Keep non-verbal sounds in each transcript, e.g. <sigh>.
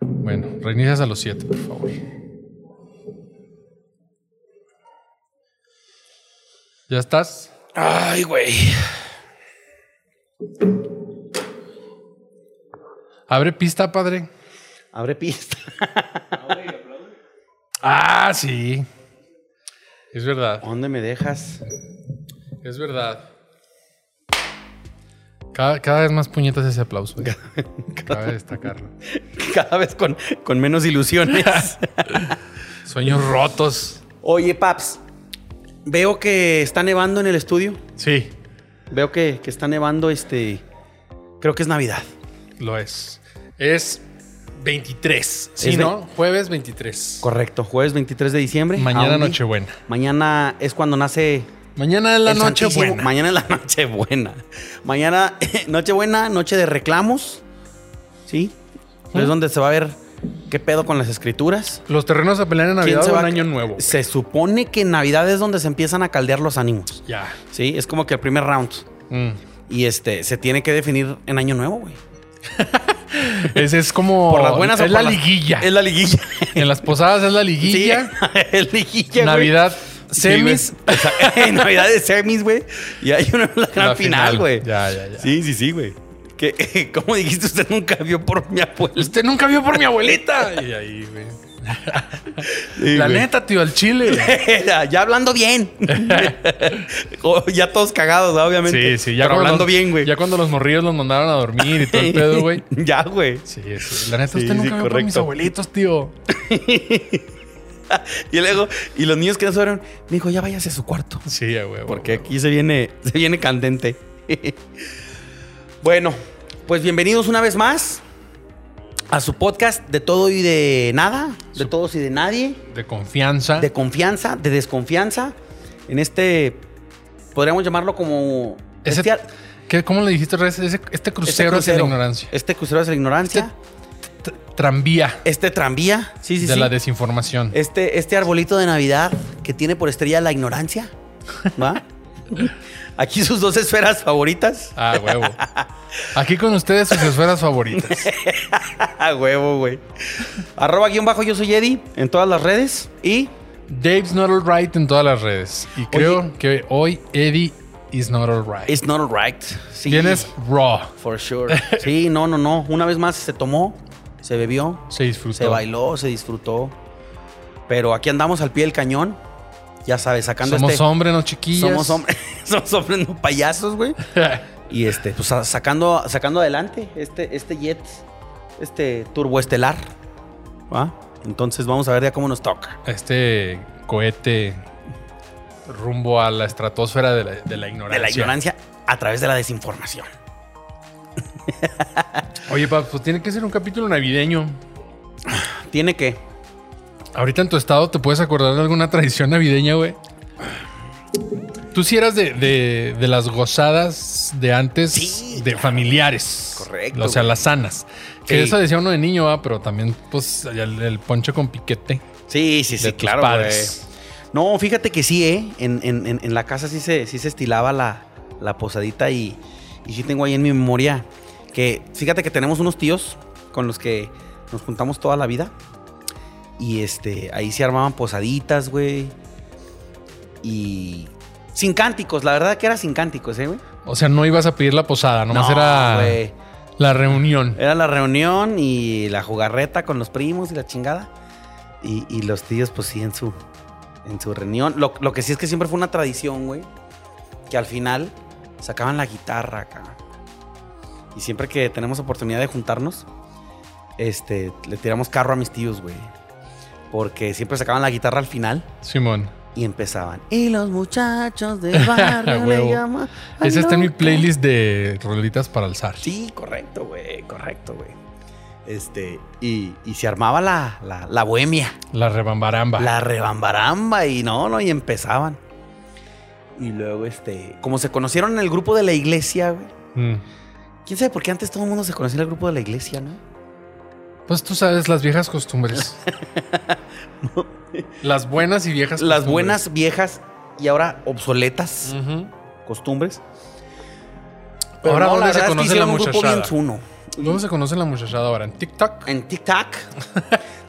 Bueno, reinicias a los 7, por favor. ¿Ya estás? Ay, güey. Abre pista, padre. Abre pista. Ah, sí. Es verdad, <laughs> ¿Dónde me dejas? es verdad. Cada, cada vez más puñetas ese aplauso. <laughs> ¿eh? Cabe destacarlo. <laughs> Cada vez con, con menos ilusiones. Sueños rotos. <laughs> Oye, Paps. Veo que está nevando en el estudio. Sí, Veo que, que está nevando este. Creo que es Navidad. lo es. Es 23. Sí, Es ve- ¿no? Jueves 23. Correcto. Jueves 23 de diciembre. Mañana Aún- Nochebuena. Mañana es cuando nace Mañana es la El noche Santísimo. buena. Mañana es la noche buena. Mañana, <laughs> noche buena, noche de reclamos. ¿Sí? ¿Mm? Es donde se va a ver qué pedo con las escrituras. Los terrenos a pelear en ¿Quién Navidad se o va en a- Año Nuevo. Se supone que en Navidad es donde se empiezan a caldear los ánimos. Ya. ¿Sí? Es como que el primer round. Mm. Y este, se tiene que definir en Año Nuevo, güey. Ese <laughs> es como. Por las buenas o Es la por las- liguilla. Es la liguilla. <laughs> En las posadas es la Sí, liguilla. <laughs> es liguilla, güey. Navidad, Sí, semis. güey. O sea, <laughs> Navidad de semis, güey. Y hay una la gran La final, final. güey. Ya, ya, ya. Sí, sí, sí, güey. Que, <laughs> como dijiste, usted nunca vio por mi abuelo. Usted nunca vio por mi abuelita. <laughs> Y ahí, güey. La neta, tío, al <laughs> chile. ya hablando <laughs> bien. <laughs> O ya todos cagados, ¿no? obviamente. Sí, sí, ya Pero cuando hablando los- bien, güey. Ya cuando los morrillos los mandaron a dormir y todo el pedo, <laughs> güey. ya, güey. Sí, sí. La neta, Sí, usted nunca sí, vio por mis correcto. abuelitos, tío. Y luego, y los niños que no fueron, me dijo, ya váyase a su cuarto. Sí, güey. güey, Porque güey. aquí se viene, <laughs> se viene candente. <laughs> bueno, pues bienvenidos una vez más a su podcast de todo y de nada, de Su- Ah. todos y de nadie, De confianza. de confianza, de desconfianza. En este, podríamos llamarlo como... Ese- este, este ¿Qué- ¿Cómo le dijiste otra vez? Ese- este crucero es de la ignorancia. Este crucero es de la ignorancia. T- Tranvía Este, tranvía. Sí, sí, de sí. la desinformación. Este, este arbolito de Navidad que tiene por estrella la ignorancia. ¿Va? Aquí sus dos esferas favoritas. <laughs> Ah, huevo. Aquí con ustedes sus esferas <laughs> favoritas. A huevo, güey. Arroba guión bajo yo soy Eddie en todas las redes. Y Dave's not alright en todas las redes. Y creo que hoy Eddie is not alright. it's not alright. Sí, Tienes Raw. For sure. Sí, no, no, no. Una vez más se tomó, se bebió, Se disfrutó. se bailó, se disfrutó. Pero aquí andamos al pie del cañón. Ya sabes, sacando Somos este. hombres, no chiquillas. Somos hombres. <laughs> somos hombres, no <laughs> payasos, güey. Y este, pues sa- sacando, sacando adelante este, este jet, este turboestelar. ¿Va? Entonces vamos a ver ya cómo nos toca. este cohete rumbo a la estratosfera de la, de la ignorancia. De la ignorancia a través de la desinformación. Oye, Pablo, pues tiene que ser un capítulo navideño. Tiene que. Ahorita en tu estado, ¿te puedes acordar de alguna tradición navideña, güey? Tú sí eras de, de- de las gozadas de antes Sí, de familiares. Correcto, O sea, güey. las sanas. Que Sí. eso decía uno de niño, ah, pero también, pues, el, el poncho con piquete. Sí, sí, sí, tus claro. padres. güey. No, fíjate que sí, ¿eh? En, en- en- en la casa sí se, sí se estilaba la, la posadita y, y sí tengo ahí en mi memoria que fíjate que tenemos unos tíos con los que nos juntamos toda la vida y este, ahí se armaban posaditas, güey. Y sin cánticos, la verdad que era sin cánticos, ¿eh, güey? O sea, no ibas a pedir la posada, nomás era güey. la reunión. Era la reunión y la jugarreta con los primos y la chingada. Y, y los tíos, pues sí, en su, en su reunión. Lo, lo que sí es que siempre fue una tradición, güey. Que al final sacaban la guitarra acá. Y siempre que tenemos oportunidad de juntarnos, este, le tiramos carro a mis tíos, güey. Porque siempre sacaban la guitarra al final Simón, y empezaban. Y los <laughs> muchachos de barrio le Huevo. llaman. esa está en mi loca". playlist de rolitas para alzar. Sí, correcto, güey, correcto, güey. Este, y, y se armaba la, la, la bohemia, La rebambaramba. la rebambaramba, y no, no, y empezaban. Y luego, este, como se conocieron en el grupo de la iglesia, güey. Mm. Quién sabe por qué antes todo el mundo se conocía en el grupo de la iglesia, ¿no? Pues tú sabes las viejas <laughs> costumbres. Las buenas y viejas Las costumbres. buenas, viejas y ahora obsoletas Ujú. costumbres. Ahora no, dónde se verdad es que conoce hicieron la un grupo bien muchachada. zuno. ¿Dónde se conoce la muchachada ahora? ¿En TikTok? En TikTok.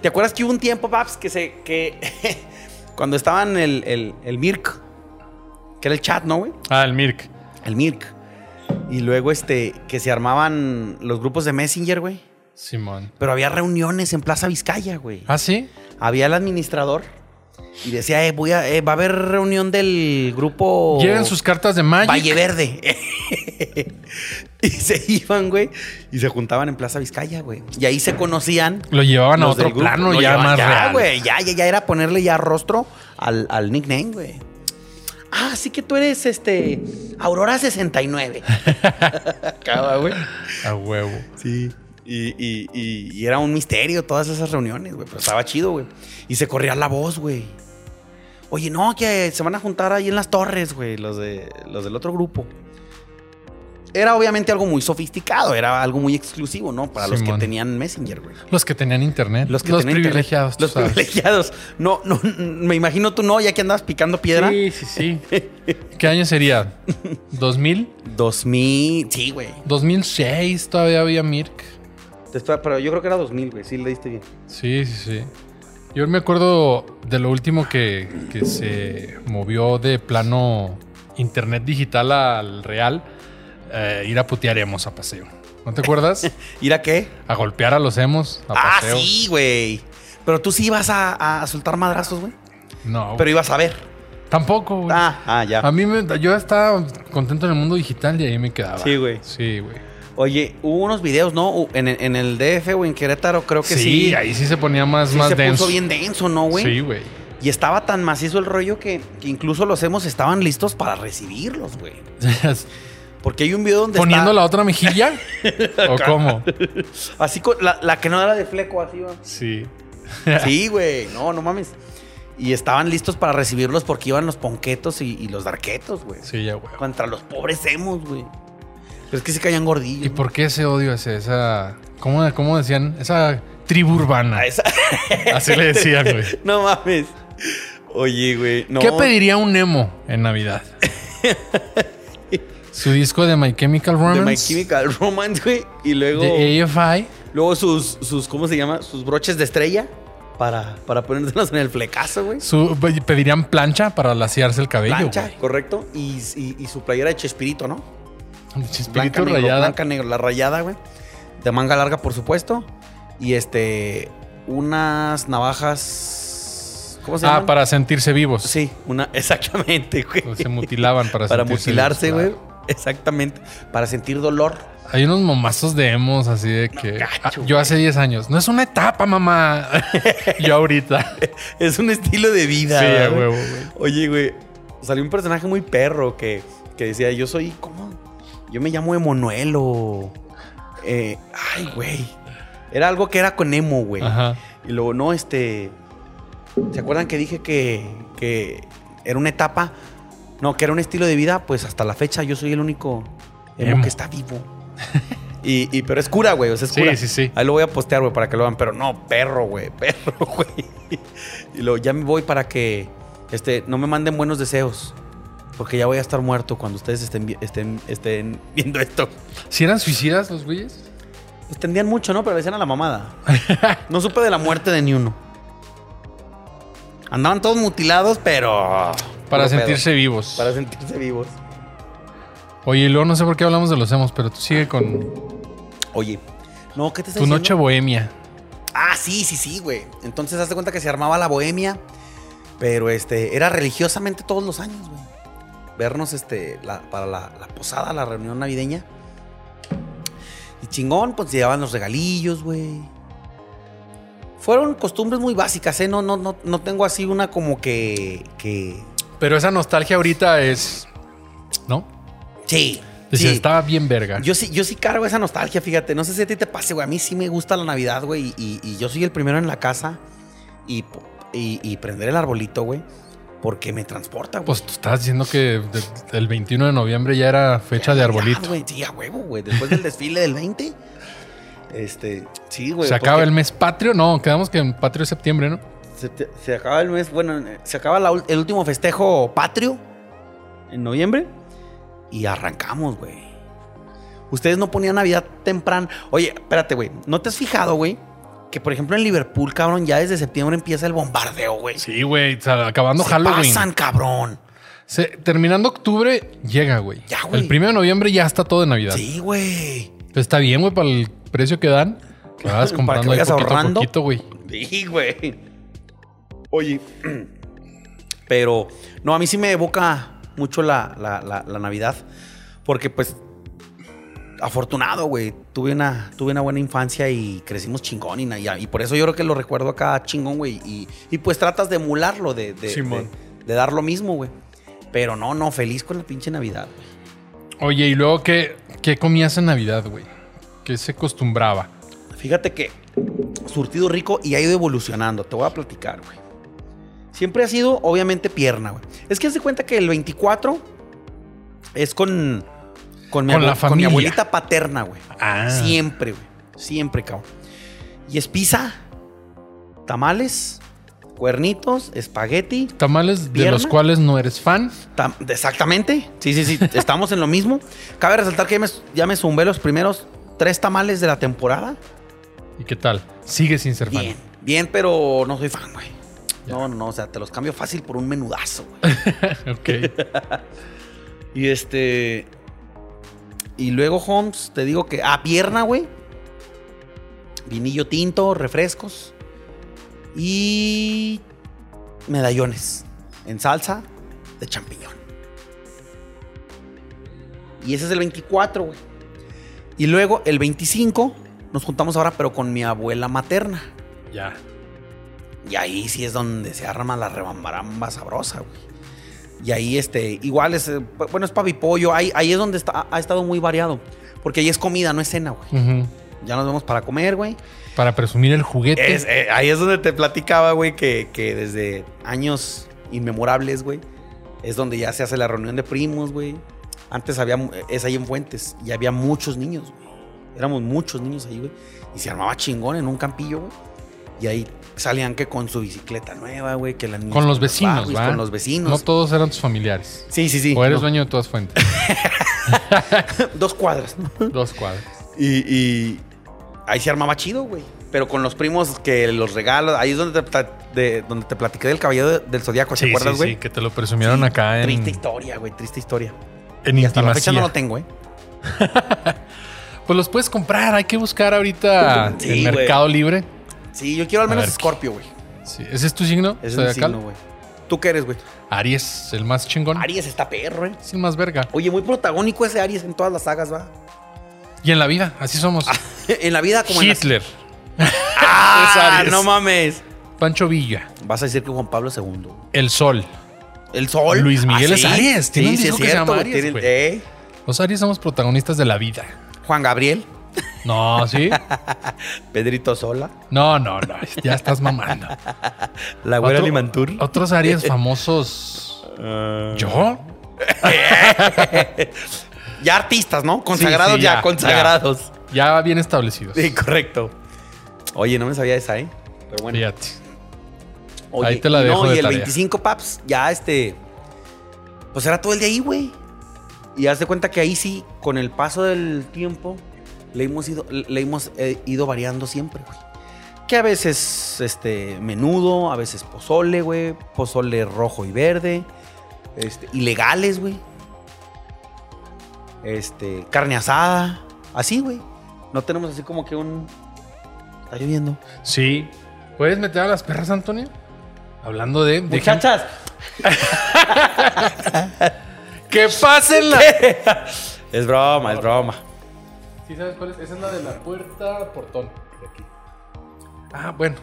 ¿Te acuerdas que hubo un tiempo, Paps, que se. que <laughs> cuando estaban el, el, el Mirk, que era el chat, ¿no, güey? Ah, el Mirk. El Mirk. Y luego, este, que se armaban los grupos de Messenger, güey. Simón. Pero había reuniones en Plaza Vizcaya, güey. ¿Ah, sí? Había el administrador y decía, eh, voy a, eh, va a haber reunión del grupo. Lleven sus cartas de Magic. Valle Verde. <laughs> y se iban, güey. Y se juntaban en Plaza Vizcaya, güey. Y ahí se conocían. Lo llevaban a los del otro grupo. plano Lo ya llevaban- más real. güey, ya, ya, ya era ponerle ya rostro al, al nickname, güey. Ah, sí que tú eres este Aurora <laughs> 69. Acaba, güey. A huevo. Sí. Y, y- y- y era un misterio todas esas reuniones, güey. Pero estaba chido, güey. Y se corría la voz, güey. Oye, no, que se van a juntar ahí en las torres, güey, los, de, los del otro grupo. Era obviamente algo muy sofisticado, era algo muy exclusivo, ¿no? Para los Simón. que tenían Messenger, güey. Los que tenían internet. Los, Los que tenían internet. privilegiados. tú Los sabes. privilegiados. No, no, me imagino tú no, ya que andabas picando piedra. Sí, sí, sí. ¿Qué año sería? ¿2000? 2000, sí, güey. ¿2006 todavía había Mirk? Te estoy- Pero yo creo que era 2000, güey, sí le diste bien. Sí, sí, sí. Yo me acuerdo de lo último que, que se movió de plano internet digital al real. eh, ir a putear emos a paseo. ¿No te <laughs> acuerdas? ¿Ir a qué? A golpear a los emos a Ah, paseo. sí, güey. Pero tú sí ibas a, a- a soltar madrazos, güey. No, Pero ibas a ver. tampoco, güey. Ah, ah, Oh. A ya. mí me, yo estaba contento en el mundo digital y ahí me quedaba. Sí, güey. Sí, güey. Oye, hubo unos videos, ¿no? U- En, el- en el DF o en Querétaro, creo que Sí, sí. ahí sí se ponía más, Sí más se denso. puso bien denso, ¿no, güey? sí, güey. Y estaba tan macizo el rollo que, que incluso los hemos estaban listos para <laughs> recibirlos, güey. Porque hay un video donde ¿Poniendo está... la otra mejilla? <laughs> ¿O cómo? Así con la, la que no era de fleco, <laughs> así va. Sí. Sí, güey. No, no mames. Y estaban listos para recibirlos porque iban los ponquetos y, y los darquetos, güey. Sí, ya, güey. Contra los pobres hemos, güey. Pero es que se caían gordillos. ¿Y por qué ese odio ese, esa. ¿Cómo, cómo decían? Esa tribu urbana. A esa- <laughs> Así le decían, güey. no mames. Oye, güey. No. ¿Qué pediría un emo en <laughs> Navidad? Su disco de My Chemical De Romance. My Chemical Romance, güey. Y luego, de eh. AFI. luego sus, sus, ¿cómo se llama? Sus broches de estrella para, para ponérselos en el flecazo, güey. Su- pedirían plancha para lasearse el cabello, Plancha, güey. correcto. Y, y- y su playera de Chespirito, ¿no? Chispirito negro, rayada. blanca, negro, la rayada, güey. De manga larga, por supuesto. Y este, unas navajas. ¿Cómo se Ah, llaman? para sentirse vivos. Sí, una, <laughs> exactamente, güey. Se mutilaban para <laughs> para sentirse mutilarse, vivos, güey. claro. Exactamente. Para sentir dolor. <laughs> Hay unos momazos de emos así de que. gacho, Ah, yo hace 10 años. No es una etapa, <laughs> mamá. yo ahorita. Es un estilo de vida. Sí, a ¿verdad, güey? huevo, güey. Oye, güey. Salió un personaje muy perro que, que decía, yo soy, ¿cómo? Yo me llamo Emanuelo. Eh, ay, güey. Era algo que era con emo, güey. Ajá. Y luego, no, este... ¿Se acuerdan que dije que, que era una etapa? No, que era un estilo de vida. Pues hasta la fecha yo soy el único emo, Emo. que está vivo. y, y- pero es cura, güey. O sea, es Sí, cura. sí, sí. Ahí lo voy a postear, güey, para que lo vean. Pero no, perro, güey, perro, <laughs> güey. Y luego ya me voy para que este, no me manden buenos deseos. Porque ya voy a estar muerto cuando ustedes estén, vi- estén, estén viendo esto. ¿Si eran suicidas los güeyes? Pues tendían mucho, ¿no? Pero le decían a <laughs> la mamada. No supe de la muerte de ni uno. Andaban todos mutilados, pero. Para puro pedo. sentirse vivos. Para sentirse vivos. Oye, y luego no sé por qué hablamos de los emos, pero tú sigue con Oye. No, ¿qué te está tu diciendo? noche bohemia. Ah, sí, sí, sí, güey. Entonces, hazte cuenta que se armaba la bohemia, pero este, era religiosamente todos los años, güey. Vernos este, la- para la, la posada, la reunión navideña. Y chingón, pues llevaban los regalillos, güey. Fueron costumbres muy básicas, ¿eh? No, no, no, no tengo así una como que. que... Pero esa nostalgia ahorita es. ¿No? Sí. Decía, sí. estaba bien verga. Yo sí, yo sí cargo esa nostalgia, fíjate. No sé si a ti te pase, güey. A mí sí me gusta la Navidad, güey. Y, y yo soy el primero en la casa y, po- y- y prender el arbolito, güey. Porque me transporta, güey. Pues tú estabas diciendo que de- el 21 de noviembre ya era fecha de Ya, arbolito. güey, sí, a huevo, güey. Después del desfile del 20. Este, sí, güey. Se acaba porque el mes patrio. No, quedamos que en patrio es septiembre, ¿no? Se, te- se acaba el mes. Bueno, eh, se acaba la ul- el último festejo patrio en noviembre. Y arrancamos, güey. Ustedes no ponían Navidad temprano. Oye, espérate, güey. ¿No te has fijado, güey? Que por ejemplo en Liverpool, cabrón, ya desde septiembre empieza el bombardeo, güey. Sí, güey. o sea, acabando Se Halloween. pasan, cabrón. Se- terminando octubre, llega, güey. Ya, güey. El primero de noviembre ya está todo de Navidad. Sí, güey. Pues Está bien, güey, para el precio que dan. Que vas que comprando ahí vayas poquito a ahorrando. poquito, güey. Sí, güey. Oye, <clears throat> pero no, a mí sí me evoca mucho la, la- la- la Navidad. Porque, pues, afortunado, güey. Tuve una, tuve una buena infancia y crecimos chingón. Y, na- y- y por eso yo creo que lo recuerdo acá chingón, güey. Y, y, pues tratas de emularlo, de, de, Simón. de- de dar lo mismo, güey. Pero no, no, feliz con la pinche Navidad, güey. Oye, y luego, ¿qué, qué comías en Navidad, güey? ¿Qué se acostumbraba? Fíjate que surtido rico y ha ido evolucionando. Te voy a platicar, güey. Siempre ha sido, obviamente, pierna, güey. Es que haz de cuenta que el 24 es con, con, mi, Con la con mi familia. abuelita paterna, güey. Ah. Siempre, güey. Siempre, cabrón. Y es pizza, tamales, cuernitos, espagueti. Tamales de ¿Pierna? los cuales no eres fan. tam- exactamente. Sí, <laughs> sí, sí. Estamos en lo mismo. Cabe resaltar que ya me, ya me zumbé los primeros tres tamales de la temporada. ¿Y qué tal? Sigue sin ser fan. Bien, bien, pero no soy fan, güey. No, no, no, o sea, te los cambio fácil por un menudazo, güey. <laughs> <laughs> Ok. y este. Y luego, Holmes, te digo que. Ah, pierna, güey. Vinillo tinto, refrescos. Y. Medallones. En salsa de champiñón. Y ese es el 24, güey. Y luego, el 25, nos juntamos ahora, pero con mi abuela materna. ya. Y ahí sí es donde se arma la rebambaramba sabrosa, güey. Y ahí, este, igual es, eh, bu- bueno, es pavipollo. Ahí, ahí es donde está, ha estado muy variado. Porque ahí es comida, no es cena, güey. Ujú. Ya nos vemos para comer, güey. Para presumir el juguete. Es- eh, ahí es donde te platicaba, güey, que, que desde años inmemorables, güey, es donde ya se hace la reunión de primos, güey. Antes había, mu- es ahí en Fuentes, y había muchos niños, güey. Éramos muchos niños ahí, güey. Y se armaba chingón en un campillo, güey. Y ahí salían que con su bicicleta nueva, güey, que las niñas con los vecinos, barbies, ¿va? Con los vecinos. No todos eran tus familiares. sí, sí, sí. o eres no. dueño de todas fuentes. <laughs> Dos cuadras. Dos cuadros. Y, y ahí se armaba chido, güey. Pero con los primos que los regalos, ahí es donde te, pla- de- donde te platiqué del caballero del zodiaco, ¿te acuerdas, güey? que te lo presumieron Sí, acá en, Triste historia, güey, triste historia. en Y hasta la fecha intimacía. no lo tengo, ¿eh? Pues los puedes comprar, hay que buscar ahorita <laughs> Sí, en güey. Mercado Libre. Sí, yo quiero al A menos ver, Scorpio, güey. Sí, ¿Ese es tu signo? Ese es mi zodiacal? signo, güey. ¿Tú qué eres, güey? Aries, el más chingón. Aries está perro, ¿eh? Es el más verga. Oye, muy protagónico ese Aries en todas las sagas, ¿va? <laughs> Y en la vida, así somos. Ah, en la vida como en las... Hitler, ¡Ah, Aries. no mames! Pancho Villa, Vas a decir que Juan Pablo II. El Sol. El Sol. Luis Miguel ¿Ah, es sí? Aries, tiene Sí, un sí, es disco que se cierto, llama güey, Aries, tiene- güey. ¿eh? Los Aries somos protagonistas de la vida. Juan Gabriel. No, ¿sí? Pedrito Sola. No, no, no. Ya estás <laughs> mamando. La Otro- Otros Aries <laughs> famosos. Ah. ¿Yo? Ya artistas, ¿no? Consagrados sí, ya, ya, consagrados. Ya bien establecidos. Sí, correcto. Oye, no me sabía esa, ¿eh? Pero bueno. Fíjate. Oye, ahí te la y dejo No, de y el tarea. 25 paps, ya este. Pues era todo el de ahí, güey. Y haz de cuenta que ahí sí, con el paso del tiempo, le hemos ido, le hemos eh, ido variando siempre, güey. Que a veces este, menudo, a veces pozole, güey. Pozole rojo y verde. Este, ilegales, güey. Este, carne asada. Así, güey. No tenemos así como que un. Está lloviendo. Sí. ¿Puedes meter a las perras, Antonio? Hablando de. de Muchachas, gente- <laughs> ¡Que pasen la! Es broma, es broma. ¿Sí sabes cuál es? Esa es la de la puerta portón. De aquí. Ah, bueno.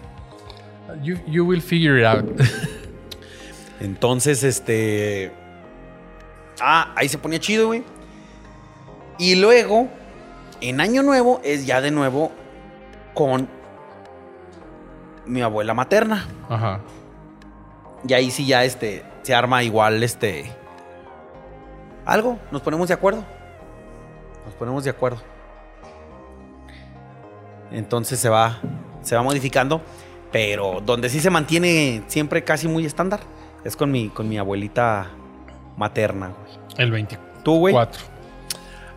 You, you will figure it out. Entonces, este. Ah, ahí se ponía chido, güey. Y luego, en Año Nuevo, es ya de nuevo con mi abuela materna. Ajá. Y ahí sí ya este. Se arma igual este. Algo, nos ponemos de acuerdo. Nos ponemos de acuerdo. Entonces se va. Se va modificando. Pero donde sí se mantiene siempre casi muy estándar. Es con mi, con mi abuelita materna, güey. El 24. Tú, güey.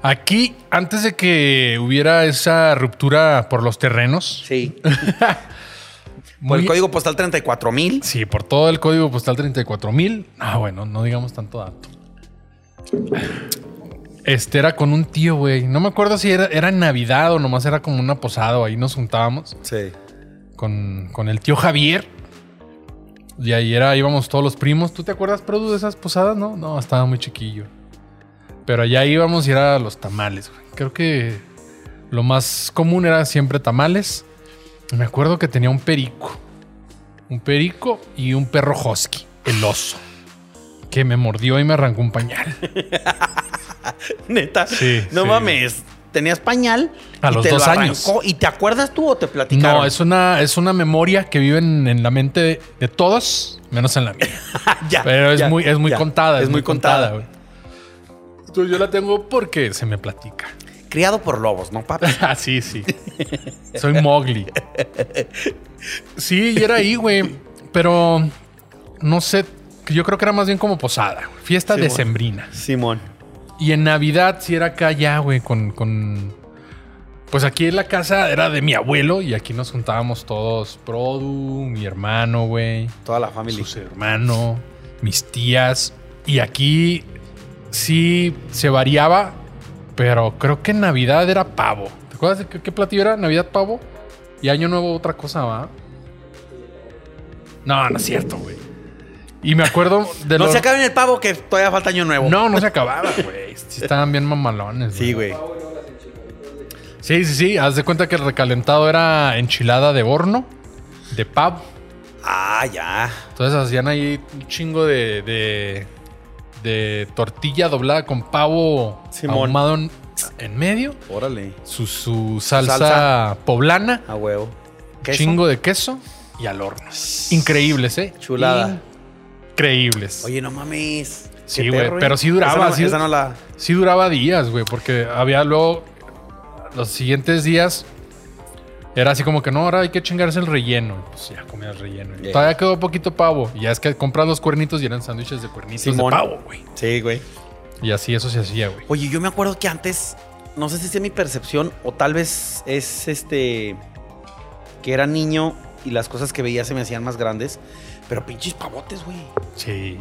Aquí, antes de que hubiera esa ruptura por los terrenos, Sí. Por <laughs> muy- el código postal 34000. sí, por todo el código postal 34000. Ah, bueno, no digamos tanto dato. Este era con un tío, güey. No me acuerdo si era, era en Navidad o nomás era como una posada. o Ahí nos juntábamos Sí. con, con el tío Javier. Y ahí era, íbamos todos los primos. ¿Tú te acuerdas, Produ, de esas posadas? No, no, estaba muy chiquillo. Pero allá íbamos y era los tamales, güey. Creo que lo más común era siempre tamales. Y Me acuerdo que tenía un perico. Un perico y un perro husky, el oso. Que me mordió y me arrancó un pañal. <laughs> Neta. Sí, No sí. mames. Tenías pañal. A y los te lo dos años. arrancó. ¿Y te acuerdas tú o te platicaron? No, es una, es una memoria que vive en, en la mente de, de todos, menos en la mía. <laughs> Ya, Pero es ya, muy, es muy ya. contada. Es, muy contada. güey. Entonces yo la tengo porque se me platica. <laughs> Criado por lobos, ¿no, papi? Ah, sí, sí. Soy Mowgli. Sí, y era ahí, güey. Pero no sé. Yo creo que era más bien como posada. güey. Fiesta Sí, bueno. decembrina. <laughs> Simón. Y en Navidad sí era acá ya, güey, con, con... Pues aquí en la casa era de mi abuelo y aquí nos juntábamos todos. Produ, mi hermano, güey Toda la familia. sus hermanos, mis tías. Y aquí sí se variaba, pero creo que en Navidad era pavo. ¿Te acuerdas de qué, qué platillo era? Navidad pavo y Año Nuevo otra cosa, ¿va? No, no es cierto, güey. Y me acuerdo de <laughs> no los... se acaben el pavo que todavía falta año nuevo. No, no se acababa, güey. Sí estaban bien mamalones, Sí, güey. Sí, sí, sí. Haz de cuenta que el recalentado era enchilada de horno, de pavo. Ah, ya. Entonces hacían ahí un chingo de, de, de tortilla doblada con pavo Simón. ahumado en, en medio, Órale. su, su salsa, Salsa. poblana, A huevo. ¿Queso? chingo de queso y al horno. Increíbles, ¿eh? Chulada. Increíbles. Oye, no mames. Sí, Qué güey, perro, ¿eh? pero sí duraba, Esa no, sí- esa no la. Sí duraba días, güey, porque había luego los siguientes días era así como que no, ahora hay que chingarse el relleno. Y Pues ya comías relleno. Y Yeah. Todavía quedó poquito pavo. Y ya es que compras los cuernitos y eran sándwiches de cuernitos Simón. de pavo, güey. Sí, güey. Y así eso se hacía, güey. Oye, yo me acuerdo que antes, no sé si es mi percepción o tal vez es este, que era niño y las cosas que veía se me hacían más grandes, pero pinches pavotes, güey. Sí.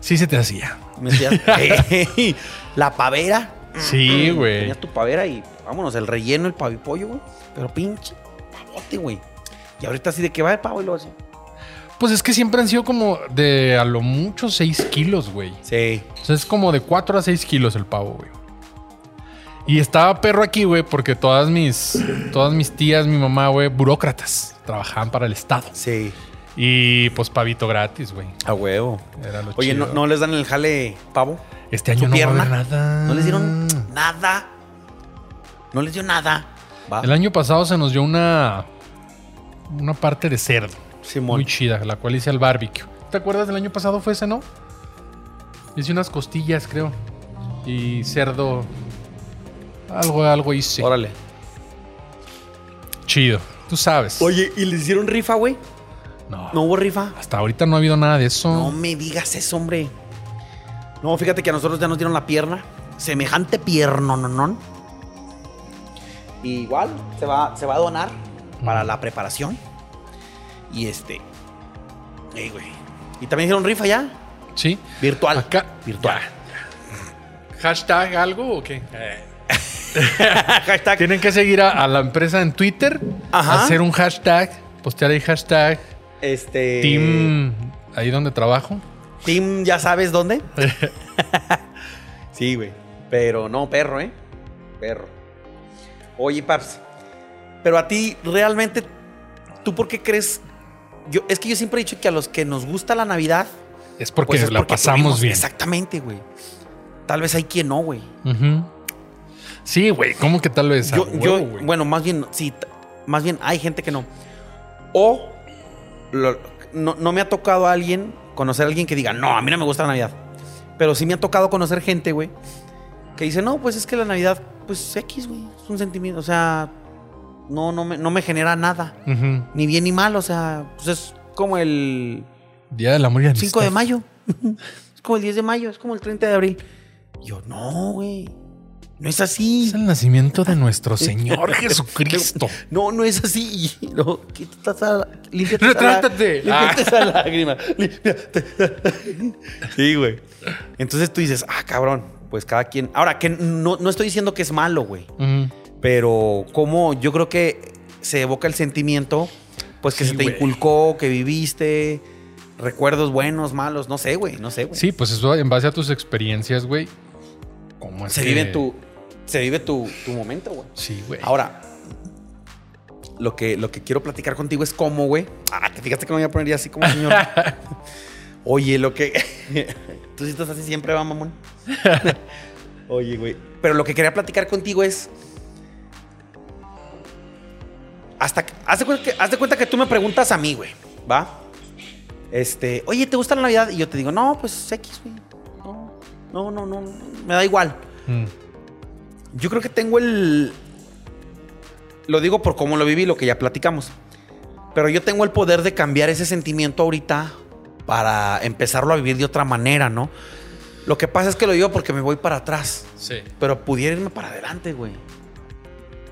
Sí se te hacía. <laughs> Me hacían- Ey, la pavera. Mm, Sí, güey. Tenías tu pavera y vámonos, el relleno, el pavipollo, güey. Pero pinche pavote, güey. Y ahorita así de que va el pavo y lo hace. Pues es que siempre han sido como de a lo mucho 6 kilos, güey. Sí. O sea, es como de 4 a 6 kilos el pavo, güey. Y estaba perro aquí, güey, porque todas mis, todas mis tías, mi mamá, güey, burócratas, trabajaban para el Estado. Sí. Y pues pavito gratis, güey. A huevo. Era lo Oye, ¿no, chido. no les dan el jale pavo? Este su año no va a pierna? haber nada. No les dieron Mm. nada. No les dio nada. Va. El año pasado se nos dio una, una parte de cerdo. Simón. Muy chida, la cual hice al barbecue. ¿Te acuerdas del año pasado fue ese, no? Hice unas costillas, creo. Y cerdo. Algo, algo hice. Órale. Chido. Tú sabes. Oye, ¿y les hicieron rifa, güey? No. ¿No hubo rifa? Hasta ahorita no ha habido nada de eso. No me digas eso, hombre. No, fíjate que a nosotros ya nos dieron la pierna. Semejante pierno, no, no. Igual se va, se va a donar para la preparación. Y este. Ey, güey. Y también hicieron rifa ya. Sí. Virtual. Acá. Virtual. Ya. ¿Hashtag algo o qué? <laughs> Hashtag. Tienen que seguir a, a la empresa en Twitter. Ajá. Hacer un hashtag. Postear ahí hashtag. Este. Team. Ahí donde trabajo. Team, ya <laughs> sabes dónde. sí, güey. Pero no, perro, ¿eh? Perro. Oye, Paps. Pero a ti, realmente, ¿tú por qué crees? Yo, es que yo siempre he dicho que a los que nos gusta la Navidad. Es porque pues es la porque pasamos tuvimos- bien. Exactamente, güey. Tal vez hay quien no, güey. Ujú. Sí, güey, ¿cómo que tal vez? A Yo, huevo, yo- güey. bueno, más bien, sí, t- más bien hay gente que no. O lo- no, no me ha tocado a alguien, conocer a alguien que diga, no, a mí no me gusta la Navidad. Pero sí me ha tocado conocer gente, güey, que dice, no, pues es que la Navidad, pues X, güey, es un sentimiento, o sea, no, no, me, no me genera nada, Ujú. ni bien ni mal, o sea, pues es como el Día del amor y la amistad. 5 de <laughs> mayo, es como el 10 de mayo, es como el 30 de abril. Y Yo, no, güey, No es así. Es el nacimiento de nuestro Señor Jesucristo. No, no es así. <laughs> No, quítate esa, límpiate Retráctate. Ah. Esa, lá- límpiate esa lágrima. Límpiate. Sí, güey. Entonces tú dices, ah, cabrón. Pues cada quien. Ahora, que no, no estoy diciendo que es malo, güey. Ujú. Pero como yo creo que se evoca el sentimiento, pues que Sí, se te güey. inculcó, que viviste, recuerdos buenos, malos, no sé, güey, no sé, güey. Sí, pues eso en base a tus experiencias, güey. ¿Cómo es se que- vive tu, se vive tu, tu momento, güey. Sí, güey. Ahora, lo que, lo que quiero platicar contigo es cómo, güey. Ah, te fijaste que no voy a poner ya así como señor. Oye, lo que. <laughs> Tú sí estás así siempre, va, mamón. Oye, güey. Pero lo que quería platicar contigo es. Hasta. que- Haz de cuenta que, haz de cuenta que tú me preguntas a mí, güey. ¿Va? Este. Oye, ¿te gusta la Navidad? Y yo te digo, no, pues X, güey. No, no, no, no. Me da igual. Mm. Yo creo que tengo el. Lo digo por cómo lo viví, lo que ya platicamos. Pero yo tengo el poder de cambiar ese sentimiento ahorita para empezarlo a vivir de otra manera, ¿no? Lo que pasa es que lo digo porque me voy para atrás. Sí. Pero pudiera irme para adelante, güey.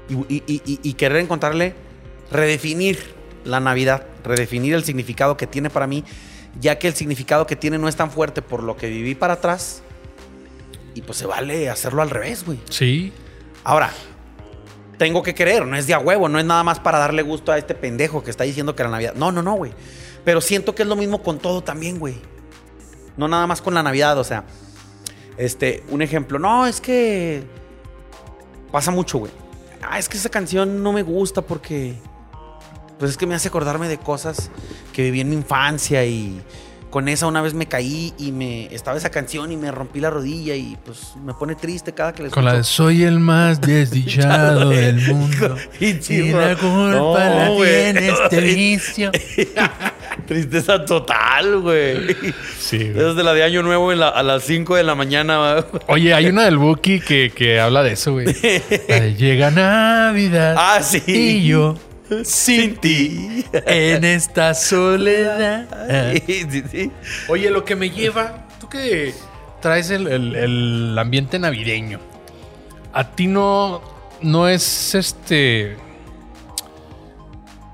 Y, y- y- y- y querer encontrarle, redefinir la Navidad, redefinir el significado que tiene para mí, ya que el significado que tiene no es tan fuerte por lo que viví para atrás. Y pues se vale hacerlo al revés, güey. Sí. Ahora, tengo que creer, no es de a huevo, no es nada más para darle gusto a este pendejo que está diciendo que la Navidad. No, no, no, güey. Pero siento que es lo mismo con todo también, güey. No nada más con la Navidad, o sea. Este, un ejemplo. No, es que. Pasa mucho, güey. Ah, es que esa canción no me gusta porque. Pues es que me hace acordarme de cosas que viví en mi infancia y. Con esa una vez me caí y me estaba esa canción y me rompí la rodilla y pues me pone triste cada que la Con la escucho. de Soy el <laughs> más desdichado del mundo. Y Y la culpa la tiene este vicio. <laughs> Tristeza total, güey. Sí, güey. Desde la de Año Nuevo en la- a las 5 de la mañana. güey. Oye, hay una del Buki que, que habla de eso, güey. La <laughs> de, Llega Navidad Ah, y sí. yo Sin ti. <laughs> en esta soledad. Sí, sí, sí. Oye, lo que me lleva, tú que traes el, el- el ambiente navideño, a ti no, no es este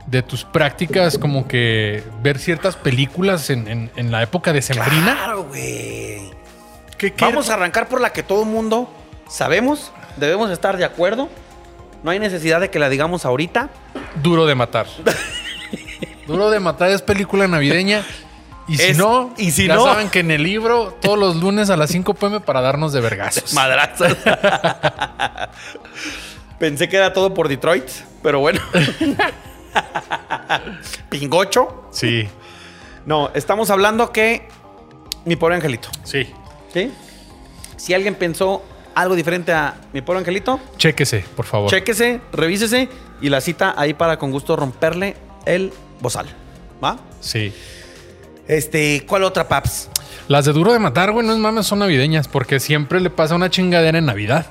de tus prácticas como que ver ciertas películas en, en- en la época de Sembrina. Claro, güey. ¿Qué- qué- Vamos a arrancar por la que todo mundo sabemos, debemos estar de acuerdo. No hay necesidad de que la digamos ahorita. Duro de matar. Duro de matar es película navideña. Y si Es- no, y si ya no- saben que en el libro, todos los lunes a las 5 pm para darnos de vergazos. <laughs> Madrazos. Pensé que era todo por Detroit, <laughs> pero bueno. Pingocho. Sí, No, estamos hablando que mi pobre angelito. sí. ¿Sí? Si alguien pensó algo diferente a mi pobre angelito, Chéquese, por favor. chéquese, revísese y la cita ahí para con gusto romperle el bozal. ¿Va? Sí. Este, ¿cuál otra, Paps? Las de Duro de Matar, güey, no es mames, son navideñas, porque siempre le pasa una chingadera en Navidad.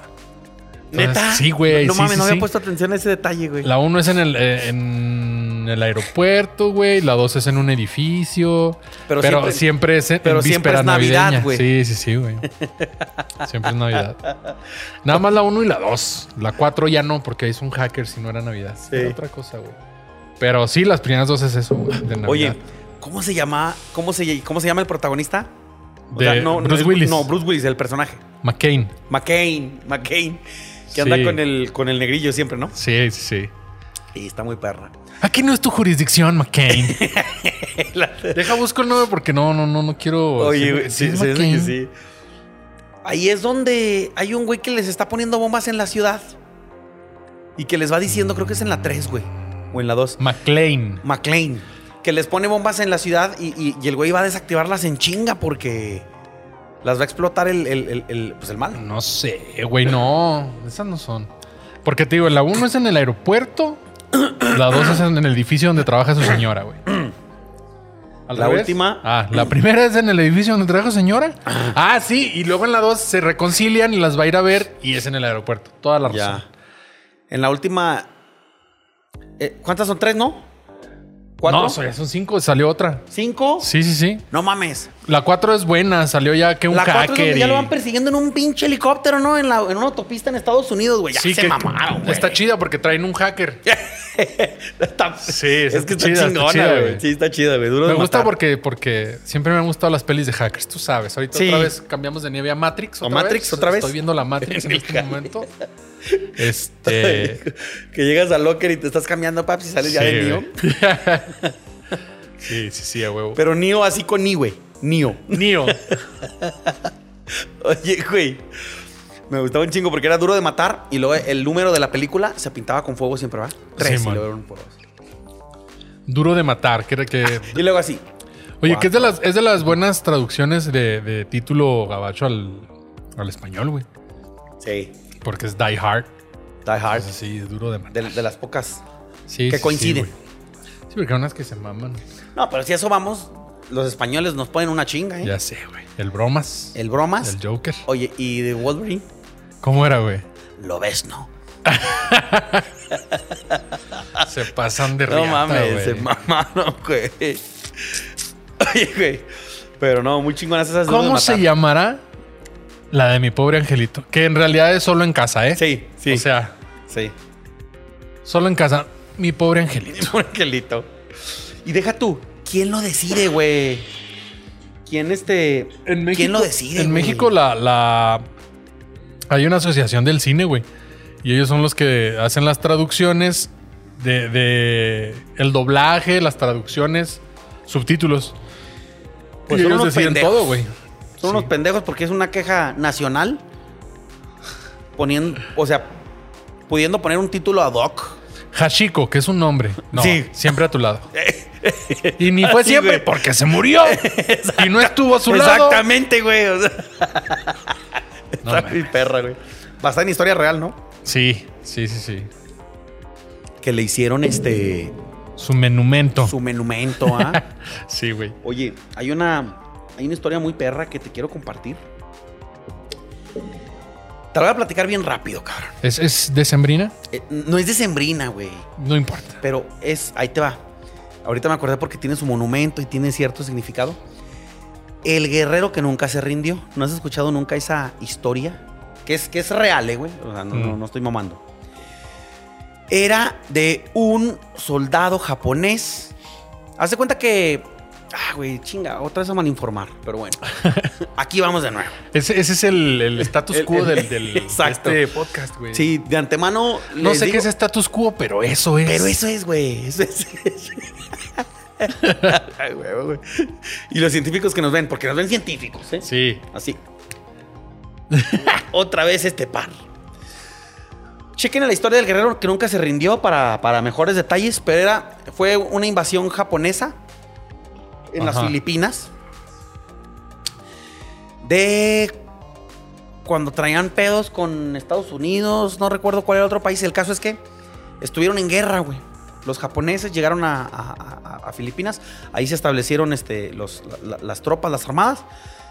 Entonces, Neta. Ah, Sí, güey. No, no sí, mames, sí, no había sí. puesto atención a ese detalle, güey. La uno es en el, eh, en el aeropuerto, güey. La dos es en un edificio. Pero Pero, siempre- siempre, es en, pero en siempre víspera es Navidad, navideña. güey. Sí, sí, sí, <laughs> güey. Siempre es Navidad. Nada más la uno y la dos. La cuatro ya no, porque es un hacker si no era Navidad. Sí. Era otra cosa, güey. Pero sí, las primeras dos es eso, güey, de Navidad. Oye, ¿cómo se llama? ¿Cómo se, cómo se llama el protagonista? O De sea, no, no Bruce es- Willis. No, Bruce Willis, el personaje. McCain. McCain, McCain. Que anda Sí. con el, con el negrillo siempre, ¿no? Sí, sí, sí. Y está muy perra. Aquí no es tu jurisdicción, <laughs> McCain. Deja busco el nombre porque no, no, no, no quiero. Oye, Sí, güey, sí, sí, es se dice que McCain. sí. Ahí es donde hay un güey que les está poniendo bombas en la ciudad. Y que les va diciendo, creo que es en la 3, güey. O en la 2. McLean. McLean. Que les pone bombas en la ciudad y, y- y el güey va a desactivarlas en chinga porque las va a explotar el, el, el- el- pues el mal. No sé, güey, no. Esas no son. Porque te digo, la 1 es en el aeropuerto, la 2 es en el edificio donde trabaja su señora, güey. ¿Al La última. Ah, la primera es en el edificio donde trabaja su señora. Ah, sí, y luego en la 2 se reconcilian y las va a ir a ver y es en el aeropuerto. Toda la razón. En la última. eh, ¿Cuántas son? ¿Tres, no? ¿Cuatro? No, son son cinco. Salió otra. ¿Cinco? Sí, sí, sí. No mames. La cuatro es buena. Salió ya que un La cuatro es hacker. donde ya y- lo van persiguiendo en un pinche helicóptero, ¿no? En, la, en una autopista en Estados Unidos, güey. Ya Sí, se que mamaron, güey. Está chida porque traen un hacker. <laughs> Está- Sí, es está que está chida, está chingona, chida, güey. güey. Sí, está chida, güey. Duro Me de gusta matar. porque, porque siempre me han gustado las pelis de hackers, tú sabes. Ahorita Sí. otra vez cambiamos de nieve a Matrix. ¿A otra Matrix vez. otra vez? Estoy viendo la Matrix en El este hacker. <laughs> momento. Este. que llegas al locker y te estás cambiando, paps, y sales ya sí, de Neo. güey. <laughs> sí, sí, sí, a huevo. Pero Neo así con I, güey. Neo. Neo. Oye, güey. Me gustaba un chingo porque era duro de matar y luego el número de la película se pintaba con fuego siempre, ¿verdad? Tres y Simón. luego eran por dos. Duro de matar. Que, era que, Y luego así. oye, que es de, las, es de las buenas traducciones de, de título gabacho al, al español, güey. Sí. Porque es Die Hard. Die Hard. Es así, duro de matar. De, de las pocas. Sí, que sí, sí, coinciden. güey. Sí, porque hay unas que se maman. No, pero si a eso vamos, los españoles nos ponen una chinga, ¿eh? Ya sé, güey. El bromas. El bromas. El Joker. Oye, y de Wolverine, ¿Cómo era, <laughs> güey? lo ves, ¿no? Se pasan de No riata, mames, güey. se mamaron, güey. Oye, güey. Pero no, muy chingonas esas duras de ¿Cómo se matar. llamará la de mi pobre angelito? Que en realidad es solo en casa, ¿eh? Sí, sí. O sea, sí. <laughs> solo en casa. Mi pobre angelito. Un angelito. Y deja tú, ¿quién lo decide, güey? ¿Quién este. ¿Quién lo decide? En güey? México la, la- hay una asociación del cine, güey. Y ellos son los que hacen las traducciones de, de el doblaje, las traducciones, subtítulos. Pues y son ellos unos deciden pendejos. todo, güey. Son unos Sí. pendejos porque es una queja nacional. Poniendo. O sea, pudiendo poner un título ad hoc. Hashiko, que es un nombre. No, Sí. siempre a tu <laughs> lado. Y ni Así, fue siempre güey. porque se murió. y no estuvo a su lado. Exactamente, güey. O sea, No, está mi mames. perra, güey. Basada en historia real, ¿no? sí, sí, sí, sí. Que le hicieron este. Su menumento. Su menumento, ¿ah? Sí, güey. Oye, hay una, hay una historia muy perra que te quiero compartir. Te la voy a platicar bien rápido, cabrón. ¿Es, ¿Es decembrina? Eh, no es de Sembrina, güey. No importa. Pero es, ahí te va. Ahorita me acordé porque tiene su monumento y tiene cierto significado. El guerrero que nunca se rindió. ¿No has escuchado nunca esa historia? Que es, que es real, eh, güey. O sea, no, Mm. no- no estoy mamando. Era de un soldado japonés. Haz de cuenta que. Ah, güey, chinga, otra vez a malinformar, <laughs> pero bueno. Aquí vamos de nuevo. Ese, ese es el, el status El- quo el- del, <laughs> del- Exacto. de este podcast, güey. Sí, de antemano. No les sé qué digo- es status quo, pero eso es. Pero eso es, güey. Eso es. <laughs> Ay, huevo, güey. Y los científicos que nos ven, porque nos ven científicos, ¿eh? Sí. Así. <laughs> Otra vez este par. Chequen la historia del guerrero que nunca se rindió para, para mejores detalles, pero era, fue una invasión japonesa en las Ajá. Filipinas. De cuando traían pedos con Estados Unidos, no recuerdo cuál era el otro país. El caso es que estuvieron en guerra, güey. Los japoneses llegaron a, a- a- a Filipinas, ahí se establecieron este, los- la- la- las tropas, las armadas,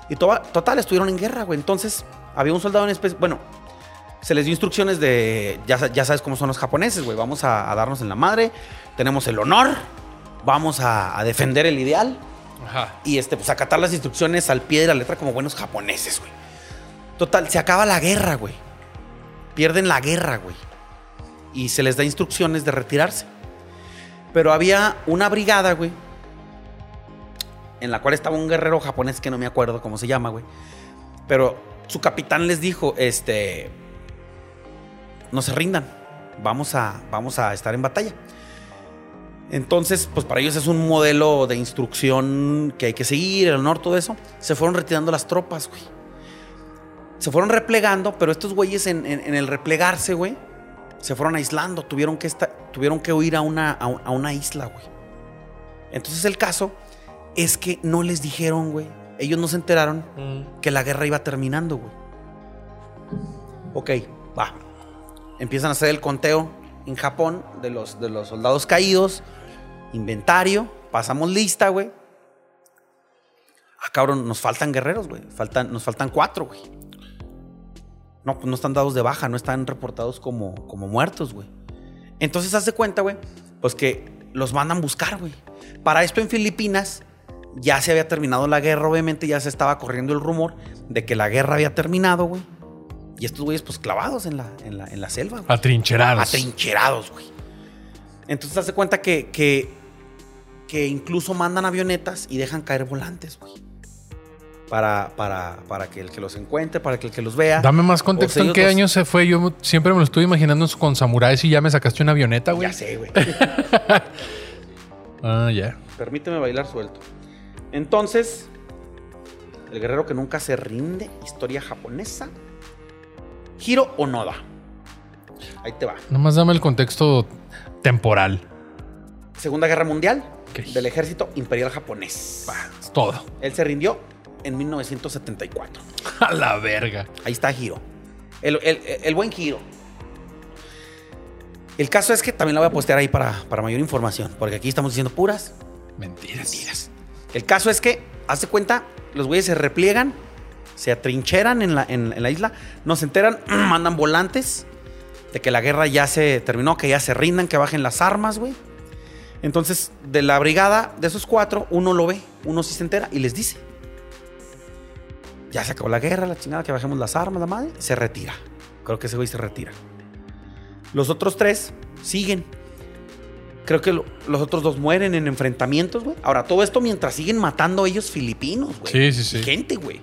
y to- total, estuvieron en guerra, güey. Entonces, había un soldado en especie, bueno, se les dio instrucciones de, ya, sa- ya sabes cómo son los japoneses, güey, vamos a, a darnos en la madre, tenemos el honor, vamos a, a defender el ideal Ajá. y este, pues acatar las instrucciones al pie de la letra como buenos japoneses, güey. Total, se acaba la guerra, güey. Pierden la guerra, güey. Y se les da instrucciones de retirarse. Pero había una brigada, güey, en la cual estaba un guerrero japonés que no me acuerdo cómo se llama, güey. Pero su capitán les dijo, este, no se rindan, vamos a, vamos a estar en batalla. Entonces, pues para ellos es un modelo de instrucción que hay que seguir, el honor, todo eso. Se fueron retirando las tropas, güey. Se fueron replegando, pero estos güeyes en, en- en el replegarse, güey, se fueron aislando. Tuvieron que, esta- tuvieron que huir a una, a un- a una isla, güey. Entonces el caso es que no les dijeron, güey. Ellos no se enteraron que la guerra iba terminando, güey. Ok, va. Empiezan a hacer el conteo en Japón de los, de los soldados caídos, inventario, pasamos lista, güey. Ah, cabrón, nos faltan guerreros, güey. Faltan, nos faltan cuatro, güey. No, pues no están dados de baja, no están reportados como, como muertos, güey. Entonces, hace cuenta, güey, pues que los mandan buscar, güey. Para esto en Filipinas ya se había terminado la guerra, obviamente ya se estaba corriendo el rumor de que la guerra había terminado, güey. Y estos güeyes pues clavados en la, en la, en la selva, güey. Atrincherados. Atrincherados, güey. Entonces te das cuenta que, que, que incluso mandan avionetas y dejan caer volantes, güey. Para, para, para que el que los encuentre, para que el que los vea. Dame más contexto O sea, en ellos qué los- año se fue. Yo siempre me lo estuve imaginando con samuráis y ya me sacaste una avioneta, güey. Ya sé, güey. <laughs> Ah, ya. Permíteme bailar suelto. Entonces, el guerrero que nunca se rinde, historia japonesa. Hiro Onoda. Ahí te va. Nomás dame el contexto temporal. Segunda Guerra Mundial Ok. del ejército imperial japonés. Es todo. <laughs> Él se rindió en 1974. A la verga. Ahí está Giro. El, el- el buen Giro. El caso es que también la voy a postear ahí para, para mayor información, porque aquí estamos diciendo puras Mentiras. mentiras. El caso es que, hace cuenta, los güeyes se repliegan, se atrincheran en la, en- en la isla, nos enteran, <clears throat> mandan volantes de que la guerra ya se terminó, que ya se rindan, que bajen las armas, güey. Entonces, de la brigada, de esos cuatro, uno lo ve, uno sí se entera y les dice: Ya se acabó la guerra, la chingada, que bajemos las armas, la madre. Se retira. Creo que ese güey se retira. Los otros tres siguen. Creo que lo- los otros dos mueren en enfrentamientos, güey. Ahora, todo esto mientras siguen matando ellos filipinos, güey. Sí, sí, sí. Y Gente, güey.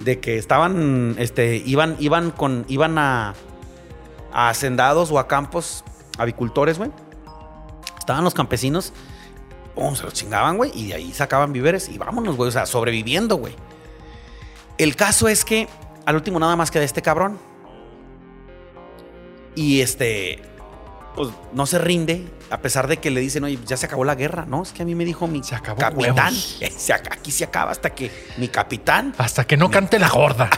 De que estaban, este, iban, iban con, iban a, a hacendados o a campos avicultores, güey. Estaban los campesinos, pum, se los chingaban, güey, y de ahí sacaban víveres y vámonos, güey, o sea, sobreviviendo, güey. El caso es que al último nada más queda este cabrón. Y este, pues no se rinde, a pesar de que le dicen, oye, ya se acabó la guerra, ¿no? Es que a mí me dijo mi Se acabó, capitán. huevos. Eh, se ac- Aquí se acaba hasta que mi capitán. <laughs> Hasta que no cante la gorda.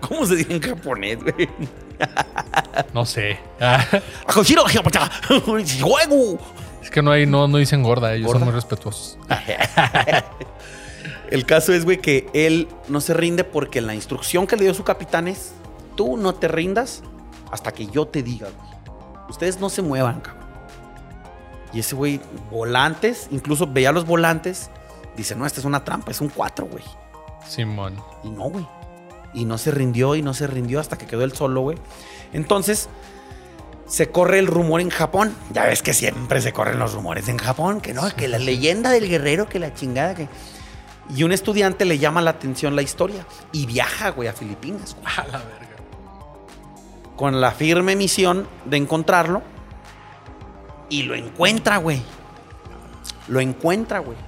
¿Cómo se dice en japonés, güey? No sé. <laughs> Ah, Akojiro, japa, <laughs> juego. es que no hay, no, no dicen gorda, ellos ¿Gorda? son muy respetuosos. El caso es, güey, que él no se rinde porque la instrucción que le dio su capitán es: tú no te rindas hasta que yo te diga, güey. Ustedes no se muevan, cabrón. Y ese güey, volantes, incluso veía los volantes, dice: no, esta es una trampa, es un 4, güey. Simón. Y no, güey. Y no se rindió y no se rindió hasta que quedó él solo, güey. Entonces, se corre el rumor en Japón. Ya ves que siempre se corren los rumores en Japón, que no, que la leyenda del guerrero, que la chingada, que... Y un estudiante le llama la atención la historia y viaja, güey, a Filipinas, güey, A la verga. con la firme misión de encontrarlo. Y lo encuentra, güey. Lo encuentra, güey.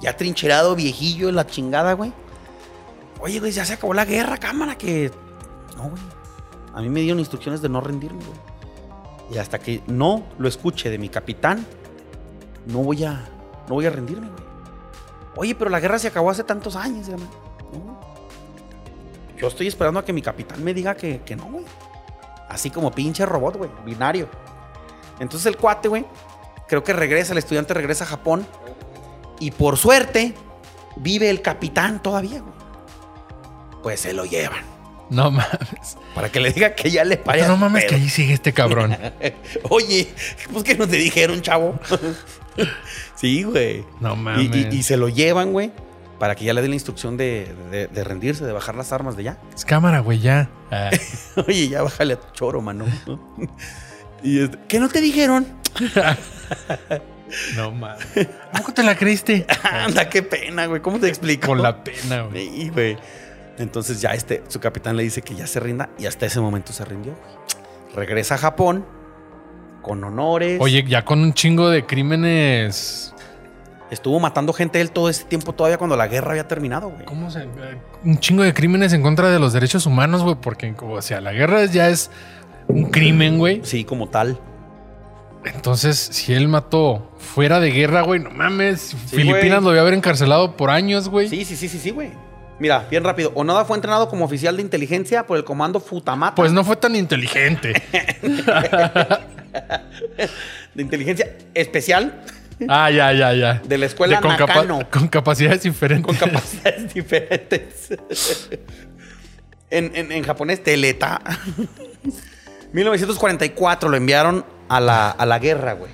Ya trincherado, viejillo, la chingada, güey. Oye, güey, ya se acabó la guerra, cámara, que... No, güey. A mí me dieron instrucciones de no rendirme, güey. Y hasta que no lo escuche de mi capitán, no voy a, no voy a rendirme, güey. Oye, pero la guerra se acabó hace tantos años, y la madre. No, güey. Yo estoy esperando a que mi capitán me diga que, que no, güey. Así como pinche robot, güey, binario. Entonces el cuate, güey, creo que regresa, el estudiante regresa a Japón. Y por suerte, vive el capitán todavía, güey. Pues se lo llevan. No <laughs> mames. Para que le diga que ya le parece. No mames que ahí sigue este <laughs> cabrón. Oye, pues que nos te dijeron, chavo. <laughs> sí, güey. No Y, mames. y- y se lo llevan, güey, para que ya le den la instrucción de, de- de rendirse, de bajar las armas de ya. Es cámara, güey, ya. Ah, <laughs> Oye, ya bájale a tu choro, mano. <laughs> y este, ¿Qué no te dijeron? no mames. ¿A poco te la creíste? <laughs> Anda, qué pena, güey. ¿Cómo te explico? Con la pena, güey. <laughs> Sí, güey. Entonces ya este, su capitán le dice que ya se rinda y hasta ese momento se rindió. güey. Regresa a Japón con honores. Oye, ya con un chingo de crímenes. Estuvo matando gente él todo ese tiempo todavía cuando la guerra había terminado, güey. ¿Cómo se.? eh, Un chingo de crímenes en contra de los derechos humanos, güey, porque, o sea, la guerra es- ya es un crimen, güey. Sí, como tal. Entonces, si él mató fuera de guerra, güey, no mames. Filipinas güey. lo debió haber encarcelado por años, güey. Sí, sí, sí, sí, sí, güey. Mira, bien rápido. Onoda fue entrenado como oficial de inteligencia por el comando Futamata Pues no fue tan <laughs> inteligente. Pues- de inteligencia especial Ah, ya, ya, ya. de la escuela De- con, capa- Nakano. con capacidades diferentes. con capacidades <laughs> diferentes. <laughs> en, en- en japonés, teleta. 1944 lo enviaron a la, a la guerra, güey.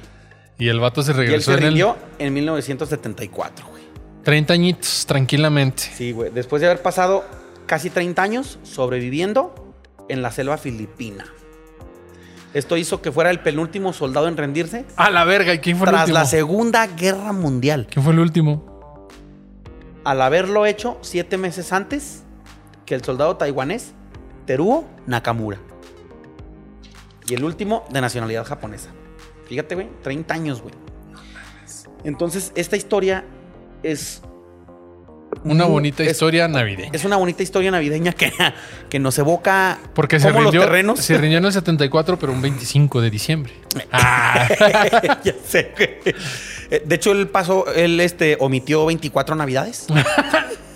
Y el vato se Y él regresó se en el rindió en 1974, güey. 30 añitos, tranquilamente. Sí, güey. Después de haber pasado casi 30 años sobreviviendo en la selva filipina. Esto hizo que fuera el penúltimo soldado en rendirse A la verga, ¿y quién fue el tras último? la Segunda Guerra Mundial. ¿Quién fue el último? Al haberlo hecho siete meses antes que el soldado taiwanés Teruo Nakamura. Y el último de nacionalidad japonesa. Fíjate, güey, 30 años, güey. Entonces, esta historia es Una Mm, bonita es- historia navideña. Es una bonita historia navideña que, <laughs> que nos evoca Porque se cómo rindió, los terrenos. se rindió en el 74, pero un 25 de diciembre. <laughs> Ah. ya sé, güey. Eh, De hecho, él pasó, él este, omitió 24 navidades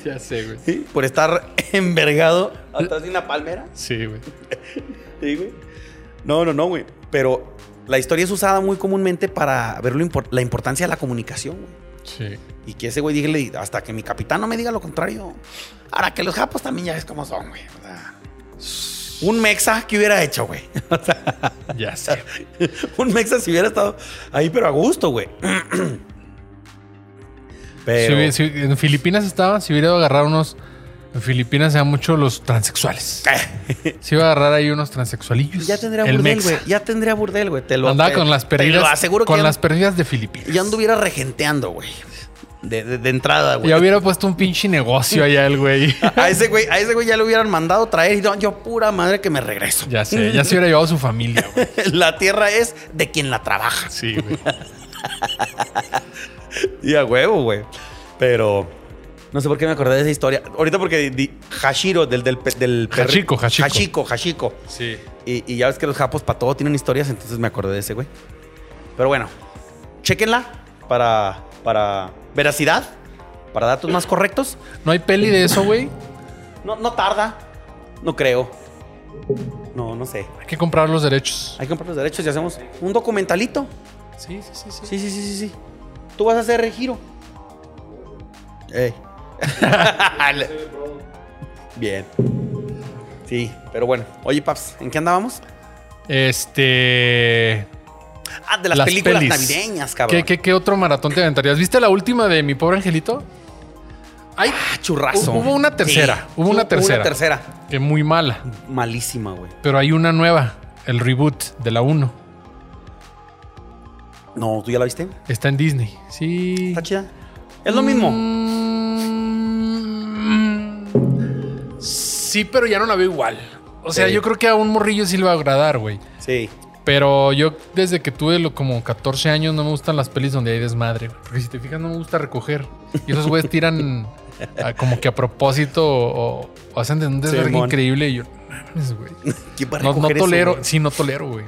Ya sé, güey. ¿sí? <laughs> por estar <laughs> envergado atrás de una palmera. Sí, güey. Sí, güey. No, no, no, güey. Pero la historia es usada muy comúnmente para ver lo impor- la importancia de la comunicación, güey. Sí. Y que ese güey dígale, hasta que mi capitán no me diga lo contrario. Ahora que los japos también ya ves cómo son, güey. O sea, un mexa que hubiera hecho, güey. <laughs> Ya sé. Un Mexa si hubiera estado ahí, pero a gusto, güey. <laughs> <clears throat> Pero. Si hubi- si- en Filipinas estaba, si hubiera ido a agarrar unos. En Filipinas se dan mucho los <laughs> transexuales. Si iba a agarrar ahí unos transexualillos. Ya tendría El burdel, Mexa. güey. Ya tendría burdel, güey. Te lo Andaba te- con las te lo perdidas. aseguro con que ya- las perdidas de Filipinas. ya anduviera regenteando, güey. De, de- de entrada, güey. Ya hubiera puesto un pinche negocio allá el <laughs> güey. A ese güey, a ese güey ya lo hubieran mandado traer. Y no, yo pura madre que me regreso. Ya sé, ya se hubiera llevado su familia, güey. <laughs> La tierra es de quien la trabaja. Sí, güey. Y a huevo, güey. Pero. No sé por qué me acordé de esa historia. Ahorita porque di- Hashiro, del, del, pe- del perri- Hachiko, Hachiko. Hachiko, Hachiko. Sí. Y, y ya ves que los japos para todo tienen historias, entonces me acordé de ese, güey. Pero bueno, chequenla para, para veracidad, para datos más correctos. No hay peli de eso, güey. No, no tarda, no creo. No, no sé. Hay que comprar los derechos. Hay que comprar los derechos y hacemos un documentalito. Sí, sí, sí, sí. Sí, sí, sí, sí, sí. Tú vas a hacer el giro. Ey. <laughs> Bien. Sí, pero bueno. Oye, Paps, ¿en qué andábamos? Este. Ah, de las, películas pelis. navideñas, cabrón. ¿Qué, qué, qué otro maratón te aventarías? ¿Viste la última de mi pobre angelito? Ay, Churrazo. Hubo una tercera, hubo una tercera. Una tercera. que muy mala. Malísima, güey. Pero hay una nueva, el reboot de la 1. No, ¿tú ya la viste? Está en Disney. Sí. Está chida. Es lo mismo. Mm, Sí, pero ya no la veo igual. O sea, Sí. yo creo que a un morrillo sí le va a agradar, güey. Sí. Pero yo desde que tuve lo- como 14 años no me gustan las pelis donde hay desmadre. güey. Porque si te fijas no me gusta recoger. Y esos güeyes tiran ah, como que a propósito o, o hacen de un desvergue Simón. increíble. Y yo, "No mames, güey. ¿Quién va a No, no recoger eso, tolero. güey? sí, no tolero, güey.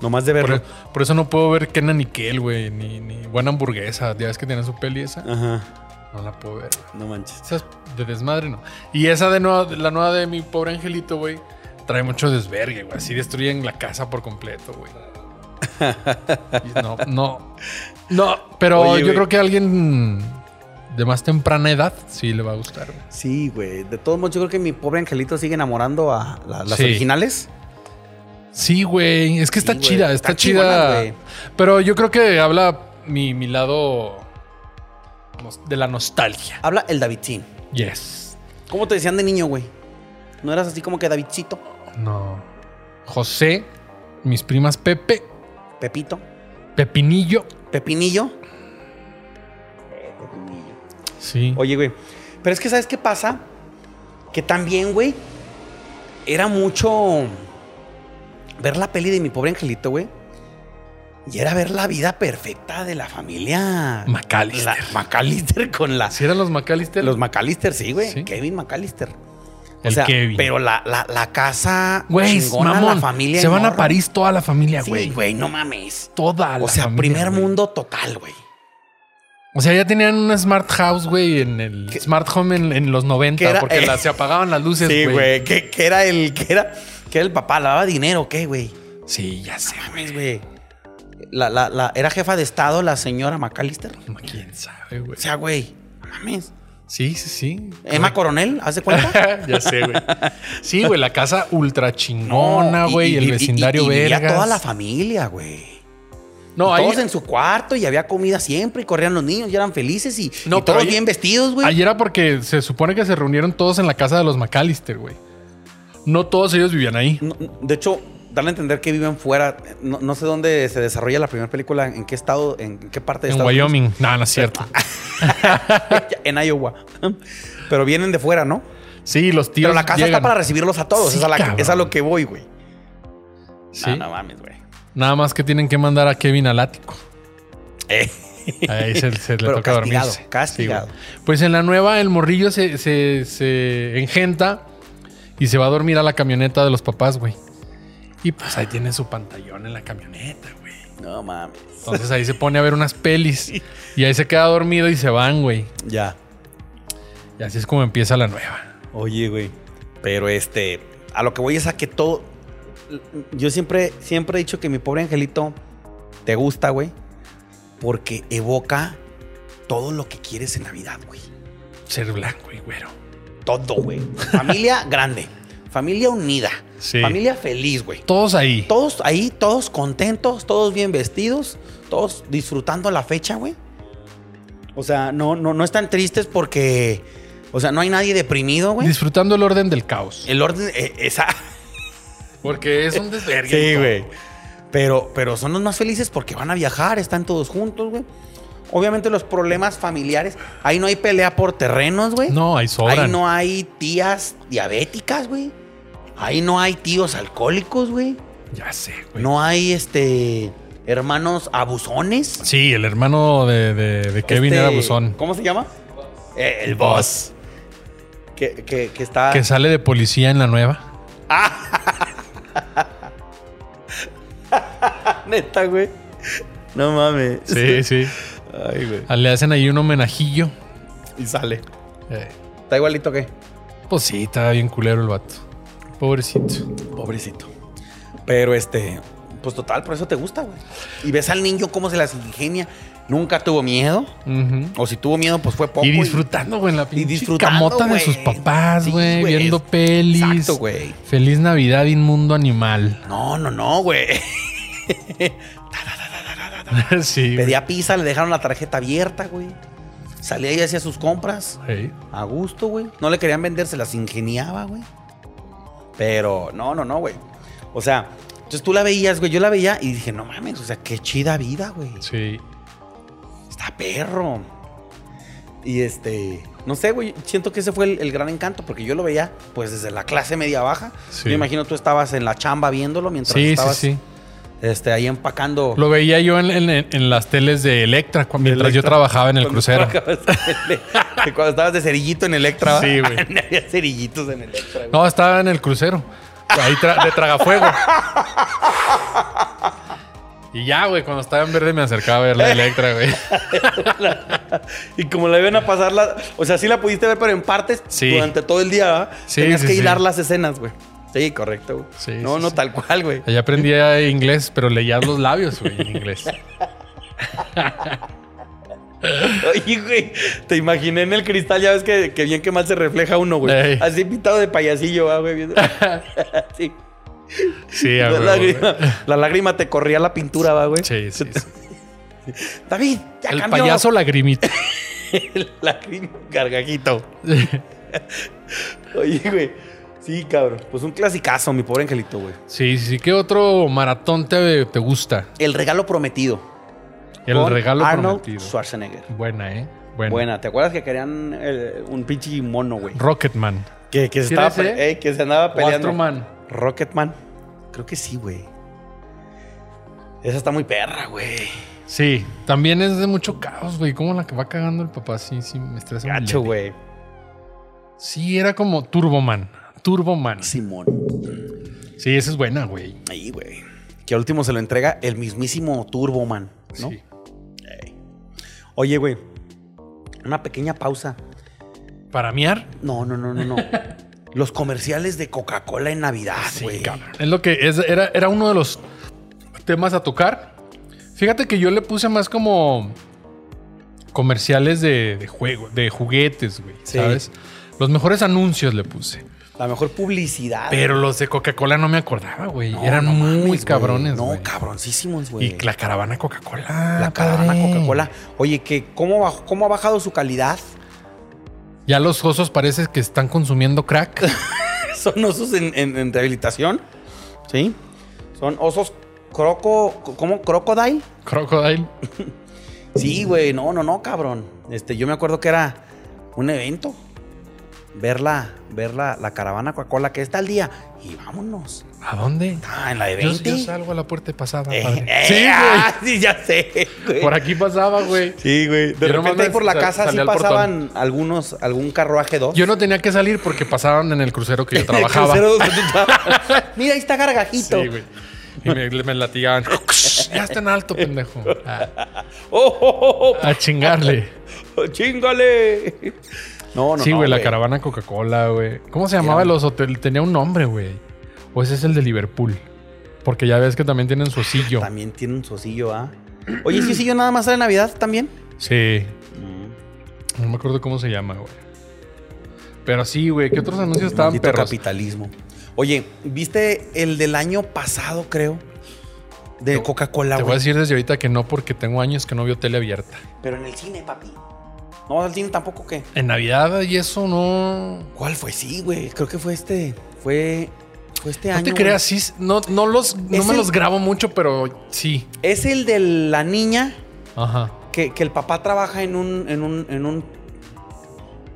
Nomás de verlo. Por, e, por eso no puedo ver Kenan y Kel, güey. Ni, ni Buena Hamburguesa. Ya ves que tienen su peli esa. Ajá. No la puedo ver. güey. No manches. Esas de desmadre no. Y esa de nueva, la nueva de mi pobre angelito, güey. Trae mucho desvergue, güey. Así destruyen la casa por completo, güey. Y No, no. No, pero Oye, yo güey. creo que a alguien de más temprana edad sí le va a gustar. güey. Sí, güey. De todos modos, yo creo que mi pobre angelito sigue enamorando a la- las Sí. originales. Sí, güey. Es que está Sí, güey. chida, está, Están chida. chingonas, güey. pero yo creo que habla mi, mi lado nos- de la nostalgia. Habla el Davidcín. Yes. ¿Cómo te decían de niño, güey? ¿No eras así como que Davidcito? No. José, mis primas Pepe, Pepito. Pepinillo. Pepinillo. Sí. Oye, güey. Pero es que, ¿sabes qué pasa? Que también, güey, era mucho ver la peli de mi pobre angelito, güey. Y era ver la vida perfecta de la familia. Macalister. La- McAllister con la. Si eran los McAllister, Los McAllister, sí, güey. Sí. Kevin McAllister. el Kevin. Pero la, la, la casa güey, chingona, mamón, la familia. se van a enorme. París toda la familia, güey. Sí, güey, no mames. toda la O sea, familia, primer güey. mundo total, güey. O sea, ya tenían una smart house, güey, en el Que- smart home en, en los 90, que era- eh, porque la- se apagaban las luces, Sí, güey. güey. Que, que era el, que era, que era el papá, lavaba dinero, ¿qué, güey? Sí, ya sé. mames, güey. La, la, la, era jefa de estado la señora McAllister. güey. ¿Quién sabe, güey? O sea, güey. No mames. Sí, sí, sí. <laughs> Emma Coronel, ¿hace cuenta? ya sé, güey. Sí, güey, la casa ultra chingona, y- güey, y el vivi- vecindario y, y vivía vergas. toda la familia, güey. No, No, ahí- todos en su cuarto y había comida siempre y corrían los niños y eran felices y, No, y pero todos ahí- bien vestidos, güey. Ayer era porque se supone que se reunieron todos en la casa de los McAllister, güey. No todos ellos vivían ahí. No, no, de hecho, darle a entender que viven fuera. No, no sé dónde se desarrolla la primera película, en qué estado, en qué parte de En Estados Wyoming. No, no es cierto. Unidos. <laughs> en Iowa. Pero vienen de fuera, ¿no? Sí, los tíos. Pero la casa llegan. está para recibirlos a todos. Sí, es, a la- cabrón. es a lo que voy, güey. Sí. Ah, no mames, güey. Nada más que tienen que mandar a Kevin al ático. Eh. Ahí se, se le <laughs> Pero toca castigado, dormirse. castigado. Sí, güey. pues en la nueva, el morrillo se, se, se engenta y se va a dormir a la camioneta de los papás, güey. Y pues ahí tiene su pantallón en la camioneta, güey. No mames. Entonces ahí se pone a ver unas pelis. Y ahí se queda dormido y se van, güey. Ya. Y así es como empieza la nueva. Oye, güey. Pero este, a lo que voy es a que todo. Yo siempre, siempre he dicho que mi pobre angelito te gusta, güey. Porque evoca todo lo que quieres en Navidad, güey. Ser blanco y güero. Todo, güey. Familia grande. Familia unida. Sí. Familia feliz, güey. Todos ahí. Todos ahí, todos contentos, todos bien vestidos, todos disfrutando la fecha, güey. O sea, no, no, no están tristes porque. O sea, no hay nadie deprimido, güey. Disfrutando el orden del caos. El orden. eh, esa. Porque es un desvergue. Sí, güey. Pero, pero son los más felices porque van a viajar, están todos juntos, güey. Obviamente los problemas familiares. Ahí no hay pelea por terrenos, güey. No, ahí sobran. Ahí no hay tías diabéticas, güey. Ahí no hay tíos alcohólicos, güey. Ya sé, güey. No hay este hermanos abusones. Sí, el hermano de, de- de Kevin Este, era buzón. ¿Cómo se llama? Eh, el boss. Que, que- que está. <laughs> Que sale de policía en la nueva. neta, güey. No mames. <laughs> Sí, sí. Ay, güey. Ah, Le hacen ahí un homenajillo. Y sale. Eh, ¿Está igualito que pues sí, estaba bien culero el vato. Pobrecito. Pobrecito. Pero este, pues total, por eso te gusta, güey. Y ves al niño cómo se las ingenia. Nunca tuvo miedo. Ujú. O si tuvo miedo, pues fue poco. Y disfrutando, güey, en la y pinche disfrutando, camota de güey. sus papás, Sí, güey. güey, viendo es- pelis. Exacto, güey. Feliz Navidad, inmundo animal. No, no, no, güey. <laughs> sí. güey. Pedía pizza, le dejaron la tarjeta abierta, güey. Salía y hacía sus compras. Ey. A gusto, güey. No le querían vender, se las ingeniaba, güey. Pero no, no, no, güey. O sea, entonces tú la veías, güey. Yo la veía y dije, no mames, o sea, qué chida vida, güey. Sí. Está perro. Y este, no sé, güey. Siento que ese fue el, el gran encanto porque yo lo veía, pues, desde la clase media baja. Sí. Yo imagino tú estabas en la chamba viéndolo mientras Sí, sí, estabas sí. Este, ahí empacando. Lo veía yo en, en- en las teles de Electra cu- mientras yo Electra. trabajaba en el <laughs> Cuando crucero. trabajabas en el- Cuando estabas de cerillito en Electra. Sí, ¿verdad? güey. <laughs> Había cerillitos en Electra, güey. No, estaba en el crucero. Ahí tra- de tragafuego. Y ya, güey, cuando estaba en verde me acercaba a ver la Electra, güey. Y como la iban a pasar, la- o sea, sí la pudiste ver, pero en partes Sí. durante todo el día, ¿verdad? Sí, Tenías sí, que sí. hilar las escenas, güey. Sí, correcto, güey. Sí, no, sí, no, sí. tal cual, güey. Allá aprendía inglés, pero leía los labios, güey, en inglés. Oye, güey, te imaginé en el cristal, ya ves que, que bien que mal se refleja uno, güey. Ey. Así pintado de payasillo, ¿verdad, <laughs> güey. Viendo- sí. Sí, a La huevo, güey. lágrima, la lágrima te corría la pintura, ¿verdad, güey. Sí, sí, sí. David, ya El cambió. payaso lagrimita. <laughs> El lágrima, gargajito. Oye, güey. Sí, cabrón. Pues un clasicazo, mi pobre angelito, güey. Sí, sí, sí. ¿Qué otro maratón te, te gusta? El regalo prometido. El con regalo Arnold prometido. Schwarzenegger. Buena, ¿eh? Buena. Buena, ¿te acuerdas que querían eh, un pinche mono, güey? Rocketman. Que, que, se ¿Sí estaba era ese? pe- eh, que se andaba peleando. Wastroman. Rocketman. Creo que sí, güey. Esa está muy perra, güey. Sí, también es de mucho caos, güey. Como la que va cagando el papá? Sí, sí, me estresa. un billete. Gacho, güey. Sí, era como Turboman. Turboman. Sí, Simón. esa es buena, güey. Ahí, güey. Que al último se lo entrega el mismísimo Turboman, ¿no? Sí. Ey. Oye, güey. Una pequeña pausa. ¿Para miar? No, no, no, <laughs> no, no. Los comerciales de Coca-Cola en Navidad, güey. Es lo que es- era, era uno de los temas a tocar. Fíjate que yo le puse más como comerciales de, de juego, de juguetes, güey. Sí. ¿Sabes? Los mejores anuncios le puse. La mejor publicidad. Pero los de Coca-Cola no me acordaba, güey. No, Eran no muy mames, güey. cabrones, No, güey. cabroncísimos, güey. Y la caravana Coca-Cola. La caravana padre. Coca-Cola. Oye, que cómo, bajó- ¿cómo ha bajado su calidad? Ya los osos parece que están consumiendo <laughs> crack. Son osos en, en- en rehabilitación. ¿Sí? Son osos croco... ¿Cómo? ¿Crocodile? Crocodile. Sí, güey. No, no, no, cabrón. Este, yo me acuerdo que era un evento. Ver la, ver la, la caravana Coca-Cola que está al día. Y vámonos. ¿A dónde? Ah, en la de Yo, 20. yo salgo a la puerta de pasada, Eh, padre. eh, sí, güey. ah, sí, ya sé. güey. Por aquí pasaba, güey. Sí, güey. De Yo nomás repente ahí me por la sal- casa sí salí al portón. pasaban algunos, algún carruaje dos. Yo no tenía que salir porque pasaban en el crucero que yo trabajaba. <laughs> El crucero donde tú tra- Mira, ahí está Gargajito. Sí, güey. Y me, me latigaban. <laughs> <laughs> ya está en alto, pendejo. A, ¡Oh, oh, oh, a chingarle. oh, oh, chingale! No, no, sí, no, güey, la caravana Coca-Cola, güey. ¿Cómo se llamaba el oso? Te- Tenía un nombre, güey. O ese es el de Liverpool. Porque ya ves que también tienen su osillo. También tiene un sosillo, ¿ah? Oye, ¿sí osillo nada más sale en Navidad también? Sí. Mm. No me acuerdo cómo se llama, güey. Pero sí, güey. ¿Qué otros anuncios estaban Maldito perros? capitalismo. Oye, ¿viste el del año pasado, creo? De Coca-Cola, Te voy a güey. decir desde ahorita que no, porque tengo años que no veo tele abierta. Pero en el cine, papi. No, al cine tampoco, ¿qué? En Navidad y eso no. ¿Cuál fue? Sí, güey. Creo que fue este. Fue. Fue este No año. te güey. creas, sí, no, no los, no Es me el- los grabo mucho, pero sí. Es el de la niña Ajá. que, que el papá trabaja en un. en un. en un.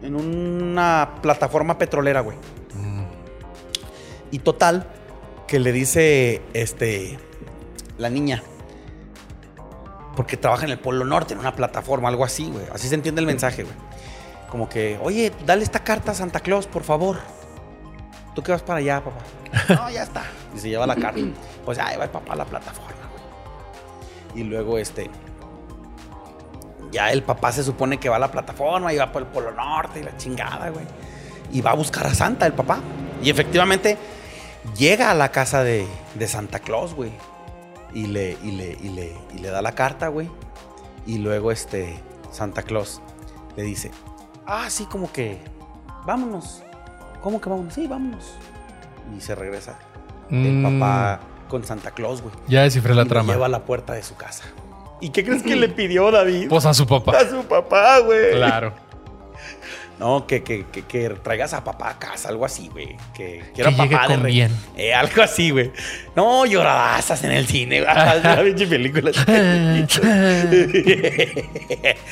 en una plataforma petrolera, güey. Mm. Y total, que le dice este. La niña. Porque trabaja en el Polo Norte, en una plataforma, algo así, güey. Así se entiende el mensaje, güey. Como que, oye, dale esta carta a Santa Claus, por favor. Tú que vas para allá, papá. No, ya está. Y se lleva la carta. Pues ahí va el papá a la plataforma, güey. Y luego este. Ya el papá se supone que va a la plataforma y va por el Polo Norte y la chingada, güey. Y va a buscar a Santa, el papá. Y efectivamente llega a la casa de, de Santa Claus, güey. Y le, y, le, y, le, y le da la carta, güey. Y luego este Santa Claus le dice, ah, sí, como que, vámonos. ¿Cómo que vámonos? Sí, vámonos. Y se regresa el Mm. papá con Santa Claus, güey. Ya descifré la Y lo trama. Lleva a la puerta de su casa. ¿Y qué crees que le pidió David? Pues a su <laughs> papá. a su papá, güey. Claro. No, que, que, que, que traigas a papá a casa, algo así, güey. Que, que era Que papá llegue de con re- bien. Eh, algo así, güey. No, lloradasas en el <laughs> cine. güey. La pinche película.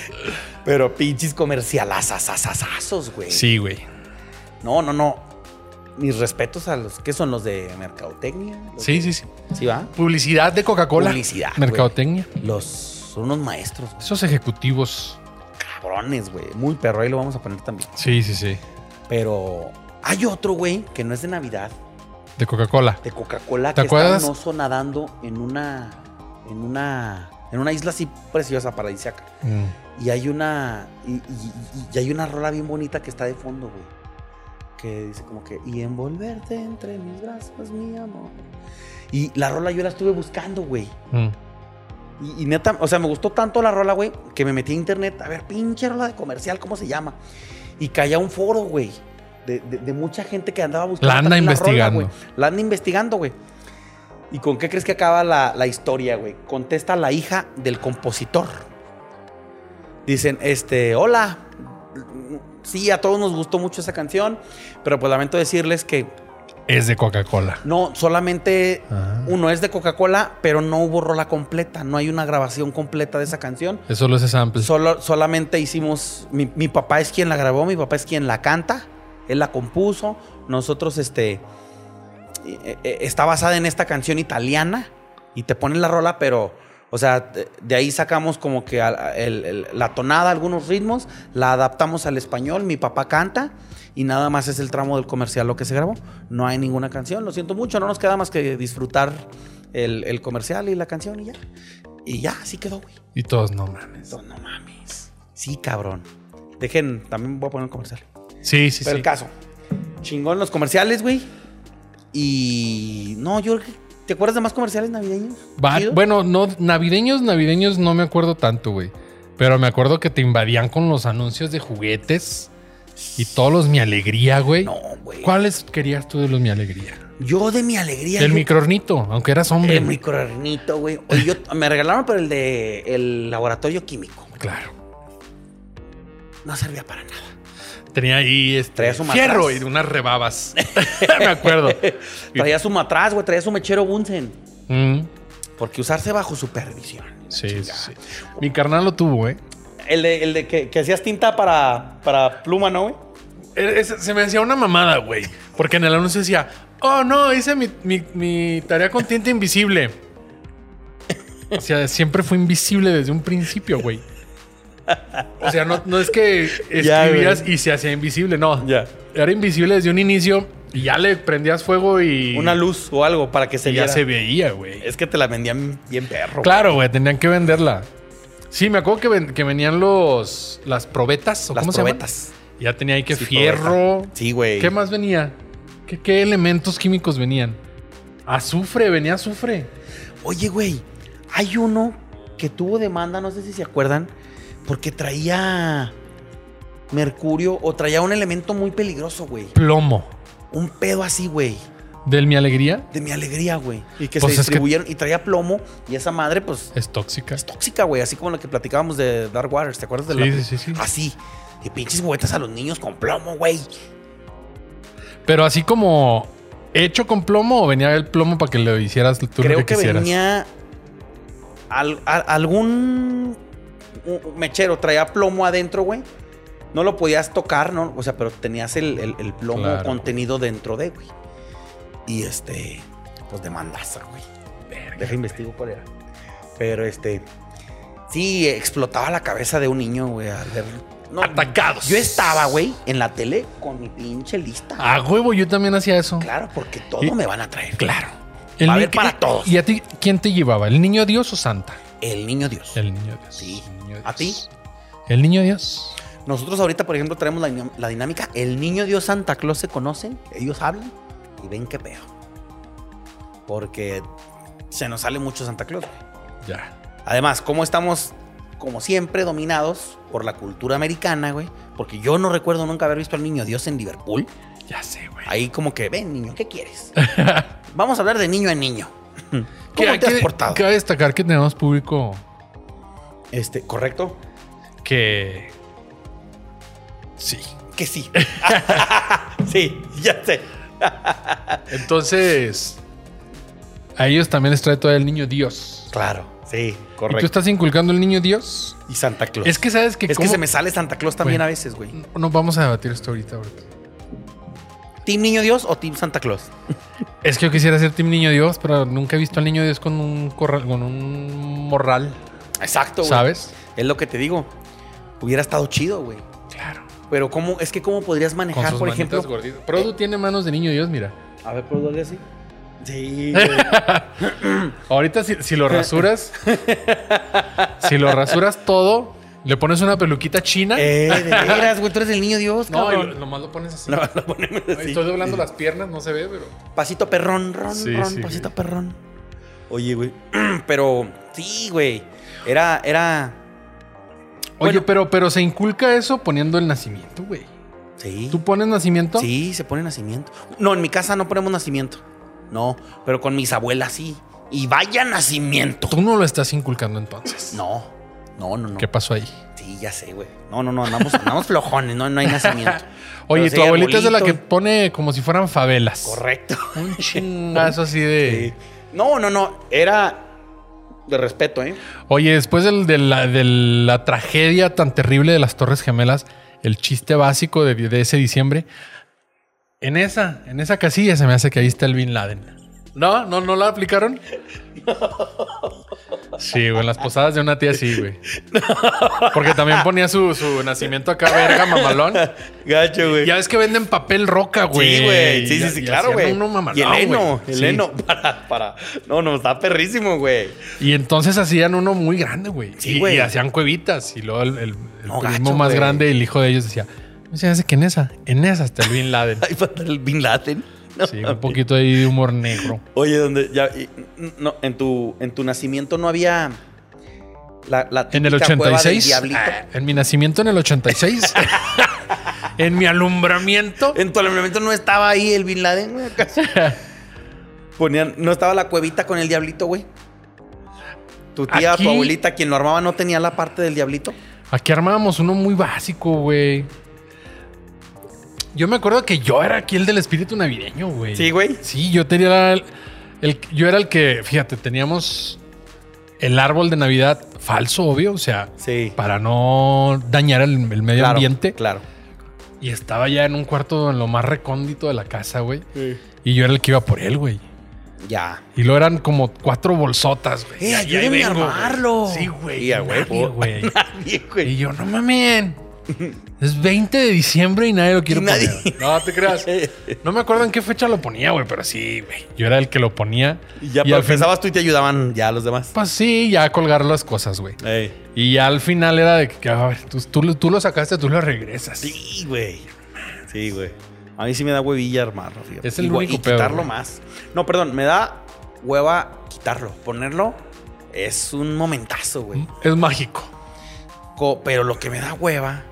<laughs> Pero pinches comercialazazazazazos, güey. Sí, güey. No, no, no. Mis respetos a los que son los de mercadotecnia. Los- Sí, sí, sí. Sí, va. Publicidad de Coca-Cola. Publicidad, güey. Mercadotecnia. Los son unos maestros, güey. Esos ejecutivos. cabrones, güey. Muy perro, ahí lo vamos a poner también. Sí, sí, sí. Pero hay otro, güey, que no es de Navidad, De Coca-Cola. de Coca-Cola, ¿Te que acuerdas? está un oso nadando en una. en una. en una isla así preciosa, paradisíaca. Mm. Y hay una. Y, y- y- y hay una rola bien bonita que está de fondo, güey. Que dice como que. Y envolverte entre mis brazos, mi amor. Y la rola yo la estuve buscando, güey. Mm. Y, y neta, o sea, me gustó tanto la rola, güey, que me metí a internet a ver, pinche rola de comercial, ¿cómo se llama? Y caí a un foro, güey, de, de- de mucha gente que andaba buscando. La anda también investigando. rola, güey. la anda investigando, güey. ¿Y con qué crees que acaba la, la historia, güey? Contesta la hija del compositor. Dicen, este, hola. Sí, a todos nos gustó mucho esa canción, pero pues lamento decirles que Es de Coca-Cola. no, solamente Ah. uno es de Coca-Cola, pero no hubo rola completa, no hay una grabación completa de esa canción. Eso lo hace sample. Solo, solamente hicimos, mi, mi papá es quien la grabó, mi papá es quien la canta, él la compuso, nosotros este, eh, eh, está basada en esta canción italiana y te ponen la rola, pero, o sea, de, de ahí sacamos como que al- a- el- el- la tonada, algunos ritmos, la adaptamos al español, mi papá canta y nada más es el tramo del comercial lo que se grabó. No hay ninguna canción, lo siento mucho, no nos queda más que disfrutar el, el comercial y la canción y ya. Y ya, así quedó, güey. Y todos, no mames. No, no mames. Sí, cabrón. Dejen, también voy a poner un comercial. Sí, sí, Pero sí. el caso. Chingón los comerciales, güey. Y. No, yo. ¿Te acuerdas de más comerciales navideños? Va- ¿Chidos? bueno, no, navideños, navideños no me acuerdo tanto, güey. Pero me acuerdo que te invadían con los anuncios de juguetes Y todos los mi alegría, güey. No, güey. ¿Cuáles querías tú de los mi alegría? Yo de mi alegría. El yo- microornito, aunque eras hombre. El microornito, güey. Oye, yo- me regalaron, pero el de el laboratorio químico. Claro. No servía para nada. Tenía ahí este Traía su matraz. fierro y unas rebabas. <laughs> Me <laughs> acuerdo. Y- Traía su matraz, güey. Traía su mechero Bunsen. Mm, Porque usarse bajo supervisión. sí, Chingada. sí. Mi carnal lo tuvo, ¿eh? El de, el de que, que hacías tinta para, para pluma, ¿no, güey? Eh, es- se me hacía una mamada, güey. Porque en el anuncio decía, oh no, hice mi, mi- mi tarea con tinta invisible. O sea, siempre fue invisible desde un principio, güey. O sea, no, no es que <laughs> Ya, escribías y se hacía invisible, no. Ya. Era invisible desde un inicio y ya le prendías fuego y, Una luz o algo para que se y ya viera. se veía, güey. Es que te la vendían bien perro. Claro, güey, tenían que venderla. Sí, me acuerdo que, ven- que venían los las probetas o Las cómo probetas. se llaman? Ya tenía ahí que Sí, fierro. probeta. Sí, güey. ¿Qué más venía? ¿Qué, qué elementos químicos venían? Azufre, venía azufre. Oye, güey, hay uno que tuvo demanda, no sé si se acuerdan, porque traía mercurio o traía un elemento muy peligroso, güey. Plomo. Un pedo así, güey. Del mi alegría De mi alegría, güey. Y que Pues es que- Eh. se distribuyeron y traía plomo y esa madre, pues, es tóxica. es tóxica, güey. Así como lo que platicábamos de Dark Waters, ¿te acuerdas de Sí, la... sí, sí, sí. Así. Y pinches boletas a los niños con plomo, güey. Pero así como hecho con plomo o venía el plomo para que lo hicieras tú Creo lo que, que, quisieras. venía al- a- algún u- mechero, traía plomo adentro, güey. No lo podías tocar, ¿no? O sea, pero tenías el, el- el plomo Claro. contenido dentro de, güey. Y este, pues demandaza, güey. Deja investigo cuál era. Pero este, sí, explotaba la cabeza de un niño, güey, al ver. No, Atacados. Yo estaba, güey, en la tele con mi pinche lista. A huevo, yo también hacía eso. Claro, porque todo Ah. Y- me van a traer. Claro. Va a ni- haber para todos. ¿Y a ti quién te llevaba? ¿El niño Dios o Santa? El niño Dios. El niño Dios. Sí. El niño ¿A Dios. El niño Dios. Nosotros ahorita, por ejemplo, traemos la, dinam- la dinámica. El niño Dios Santa Claus se conocen, ellos hablan y ven qué pedo. Porque se nos sale mucho Santa Claus. güey. Ya. Además, como estamos, como siempre, dominados por la cultura americana, güey. Porque yo no recuerdo nunca haber visto al niño Dios en Liverpool. Ya sé, güey. Ahí como que, ven, niño, <laughs> ¿qué quieres? Vamos a hablar de niño en niño. Que ¿Cómo hay te has que- portado? Cabe destacar que tenemos público Este, ¿correcto? que. Sí. <laughs> Que sí. <laughs> sí, ya sé. Entonces. A ellos también les trae todavía el niño Dios. Claro, sí, ¿Y tú correcto. estás inculcando el niño Dios? Y, Santa Claus. Es que sabes que. Es que cómo- se me sale Santa Claus también Bueno. a veces, güey. No vamos a debatir esto ahorita, ahorita. ¿Team Niño Dios o Team Santa Claus? Es que yo quisiera ser Team Niño Dios, pero nunca he visto al niño Dios con un corral, con un morral, Exacto, güey. ¿sabes? Es lo que te digo. Hubiera estado chido, güey. Claro. Pero cómo, es que cómo podrías Con manejar, sus por manitas ejemplo. eh, gorditas. Produ tiene manos de niño Dios, mira. A ver, ¿puedo darle así? Sí, güey. <laughs> Ahorita si, si lo <laughs> rasuras, si lo rasuras todo, le pones una peluquita china. eh, de veras, güey. Tú eres el niño Dios, no, y lo- cabrón. nomás lo pones así. No, lo ponemos <laughs> Ay, así. Estoy doblando las piernas, no se ve, pero. Pasito perrón, ron, Sí, ron, sí, pasito güey. perrón. Oye, güey. <clears throat> Pero sí, güey. Era, era. Oye, Bueno. pero, pero se inculca eso poniendo el nacimiento, güey. Sí. ¿Tú pones nacimiento? Sí, se pone nacimiento. No, en mi casa no ponemos nacimiento. No, pero con mis abuelas sí. Y vaya nacimiento. Tú no lo estás inculcando entonces. No, no, no, no. ¿Qué pasó ahí? Sí, ya sé, güey. No, no, no, andamos, andamos flojones, no, no hay nacimiento. <laughs> Oye, Pero sí, tu abuelita es de la que arbolito. pone como si fueran favelas. <laughs> Correcto. Un chingazo así de. No, no, no. Era de respeto, ¿eh? Oye, después del- de, la, de la tragedia tan terrible de las Torres Gemelas, el chiste básico de, de ese diciembre, en esa, en esa casilla se me hace que ahí está el Bin Laden. ¿No? ¿No, no la aplicaron? Sí, güey, en las posadas de una tía sí, güey. Porque también ponía su, su nacimiento acá, verga, mamalón. Gacho, güey. Ya ves que venden papel roca, güey. Sí, güey. Sí, sí, sí, Y claro, hacían güey. uno mamalón, Y el heno, güey. el Sí. heno. <laughs> Para, para. No, no, está perrísimo, güey. Y entonces hacían uno muy grande, güey. Sí, y, güey. y hacían cuevitas. Y luego el, el- el primo No, gacho, más güey. grande, el hijo de ellos, decía: No se hace que en esa, en esa está el Bin <laughs> Laden. Ahí falta el Bin Laden. No, Sí, un poquito ahí de humor negro. Oye, donde ya y- no, en tu en tu nacimiento no había la, la En el típica cueva del 86. diablito. ah, En mi nacimiento en el 86. <laughs> en mi alumbramiento. En tu alumbramiento no estaba ahí el Bin Laden, <laughs> güey. ¿acaso? Ponían, no estaba la cuevita con el diablito, güey. Tu tía, Aquí- tu abuelita, quien lo armaba, no tenía la parte del diablito. Aquí armábamos uno muy básico, güey. Yo me acuerdo que yo era aquí el del espíritu navideño, güey. Sí, güey. Sí, yo tenía la- el, yo era el que, fíjate, teníamos el árbol de Navidad falso, obvio, o sea, Sí. para no dañar el, el medio Claro, ambiente. Claro. Y estaba ya en un cuarto en lo más recóndito de la casa, güey. Y yo era el que iba por él, güey. Ya. <laughs> Y lo eran como cuatro bolsotas, güey. Eh, Y ahí- ahí ayúdenme a vengo, güey. armarlo. Sí, güey. Y a nadie, huevo. güey. <laughs> Nadie, güey. Y yo, no <laughs> mamen. Es 20 de diciembre y nadie lo quiere Y nadie- <laughs> poner. No te creas. No me acuerdo en qué fecha lo ponía, güey, pero sí, güey. Yo era el que lo ponía. Y ya al fin- empezabas tú y te ayudaban ya los demás. Pues sí, ya a colgar las cosas, güey. Ey. Y ya al final era de que, a ver, tú, tú lo- tú lo sacaste, tú lo regresas. Sí, güey. Sí, güey. A mí sí me da huevilla armarlo, fíjate. Es el y, güey, único y pedo, quitarlo güey. más. No, perdón, me da hueva quitarlo. Ponerlo es un momentazo, güey. Es mágico. Co- Pero lo que me da hueva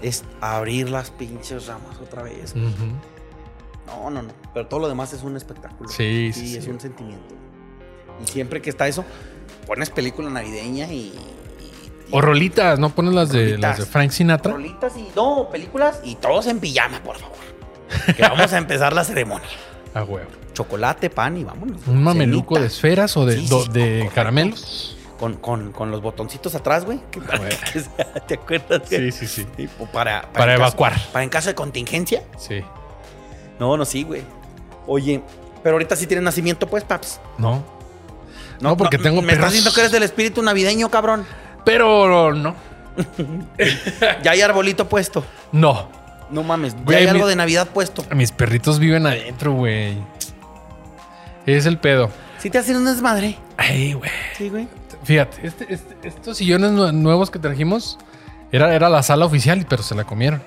es abrir las pinches ramas otra vez. Ujú. No, no, no. Pero todo lo demás es un espectáculo. Sí, sí, sí. es un sentimiento. Y siempre que está eso, pones película navideña y. y- O rolitas, ¿no pones las de, las Rolitas. de Frank Sinatra? Rolitas y. No, películas y todos en pijama, por favor. Que <laughs> vamos a empezar la ceremonia. A Ah, huevo. Chocolate, pan y vámonos. Un mameluco de Cenita. esferas o de, Sí, do- sí, de correcto. caramelos. Con, con- con los botoncitos atrás, güey. <laughs> que para Bueno. que sea- ¿Te acuerdas? güey? sí, sí. Sí, o Para, para, Para en caso- evacuar. para en caso de contingencia. Sí. No, no, sí, güey. Oye, pero ahorita sí tienes nacimiento, pues, paps. No. No, porque tengo Me estás perros. diciendo que eres del espíritu navideño, cabrón. Pero no. Ya hay arbolito puesto. No. No mames, ya Güey, hay mi- algo de Navidad puesto. Mis perritos viven adentro, güey. Es el pedo. Si te hacen un desmadre. Ay, güey. Sí, güey. Fíjate, este- este- estos sillones nue- nuevos que trajimos era, era la sala oficial, pero se la comieron.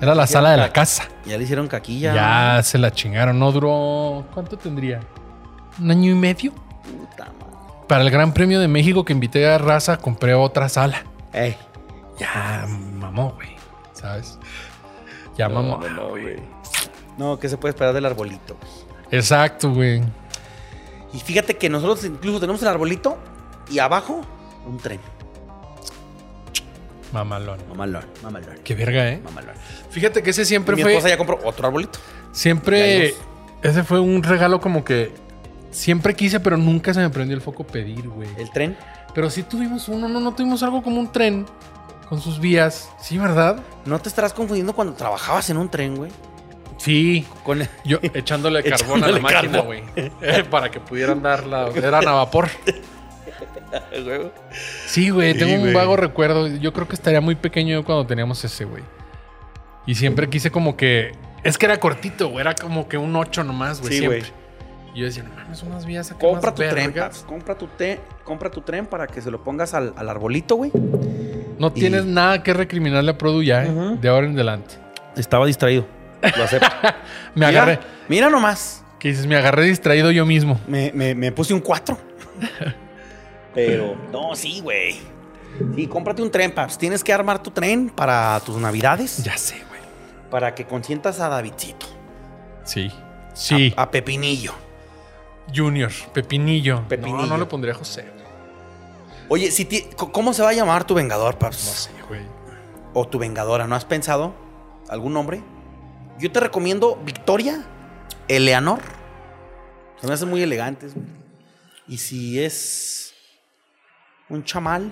Era la sala de la casa. Ya le hicieron caquilla. Ya se la chingaron. No duró. ¿Cuánto tendría? ¿Un año y medio? Puta madre. Para el Gran Premio de México que invité a Raza, compré otra sala. Ey. Ya mamó, güey. ¿Sabes? Ya mamó. No, ¿qué se puede esperar del arbolito? Exacto, güey. Y fíjate que nosotros incluso tenemos el arbolito y abajo un tren. Mamalón. Mamalón, mamalón. Qué verga, ¿eh? Mamalón. Fíjate que ese siempre mi fue. esposa ya compró otro arbolito. Siempre. Ya hay dos. Ese fue un regalo como que. Siempre quise, pero nunca se me prendió el foco pedir, güey. El tren. Pero sí tuvimos uno, no, no tuvimos algo como un tren con sus vías. Sí, ¿verdad? ¿No te estarás confundiendo cuando trabajabas en un tren, güey? Sí. Con <laughs> el... Yo echándole carbón a la Echándole máquina, carbón. güey. Eh, Para que pudieran dar la. Eran a vapor. Sí, güey, Sí, tengo un güey. vago recuerdo. Yo creo que estaría muy pequeño yo cuando teníamos ese, güey. Y siempre quise como que. Es que era cortito, güey. Era como que un 8 nomás, güey. Sí, siempre. güey. Y yo decía, no mames, unas vías acá. Compra más tu tren, vergas. paps. compra tu, te- compra tu tren para que se lo pongas al, al arbolito, güey. No Y- tienes nada que recriminarle a Produ ya, ¿eh? Ujú. De ahora en adelante. Estaba distraído. Lo acepto. Me <laughs> mira, agarré. Mira nomás. Que dices, me agarré distraído yo mismo. Me, me- me puse un 4. <laughs> Pero. No, sí, güey. Sí, cómprate un tren, paps. Tienes que armar tu tren para tus navidades. Ya sé, güey. Para que consientas a Davidcito. Sí. Ah, Sí. A, a Pepinillo. Junior, Pepinillo. Pepinillo. No, no le pondría a José. güey. No Oye, si ti- co- ¿cómo se va a llamar tu vengador, paps? sé, güey. O tu vengadora. ¿No has pensado algún nombre? Yo te recomiendo Victoria, Eleanor. Se me hacen muy elegantes. güey. Y si es un chamal.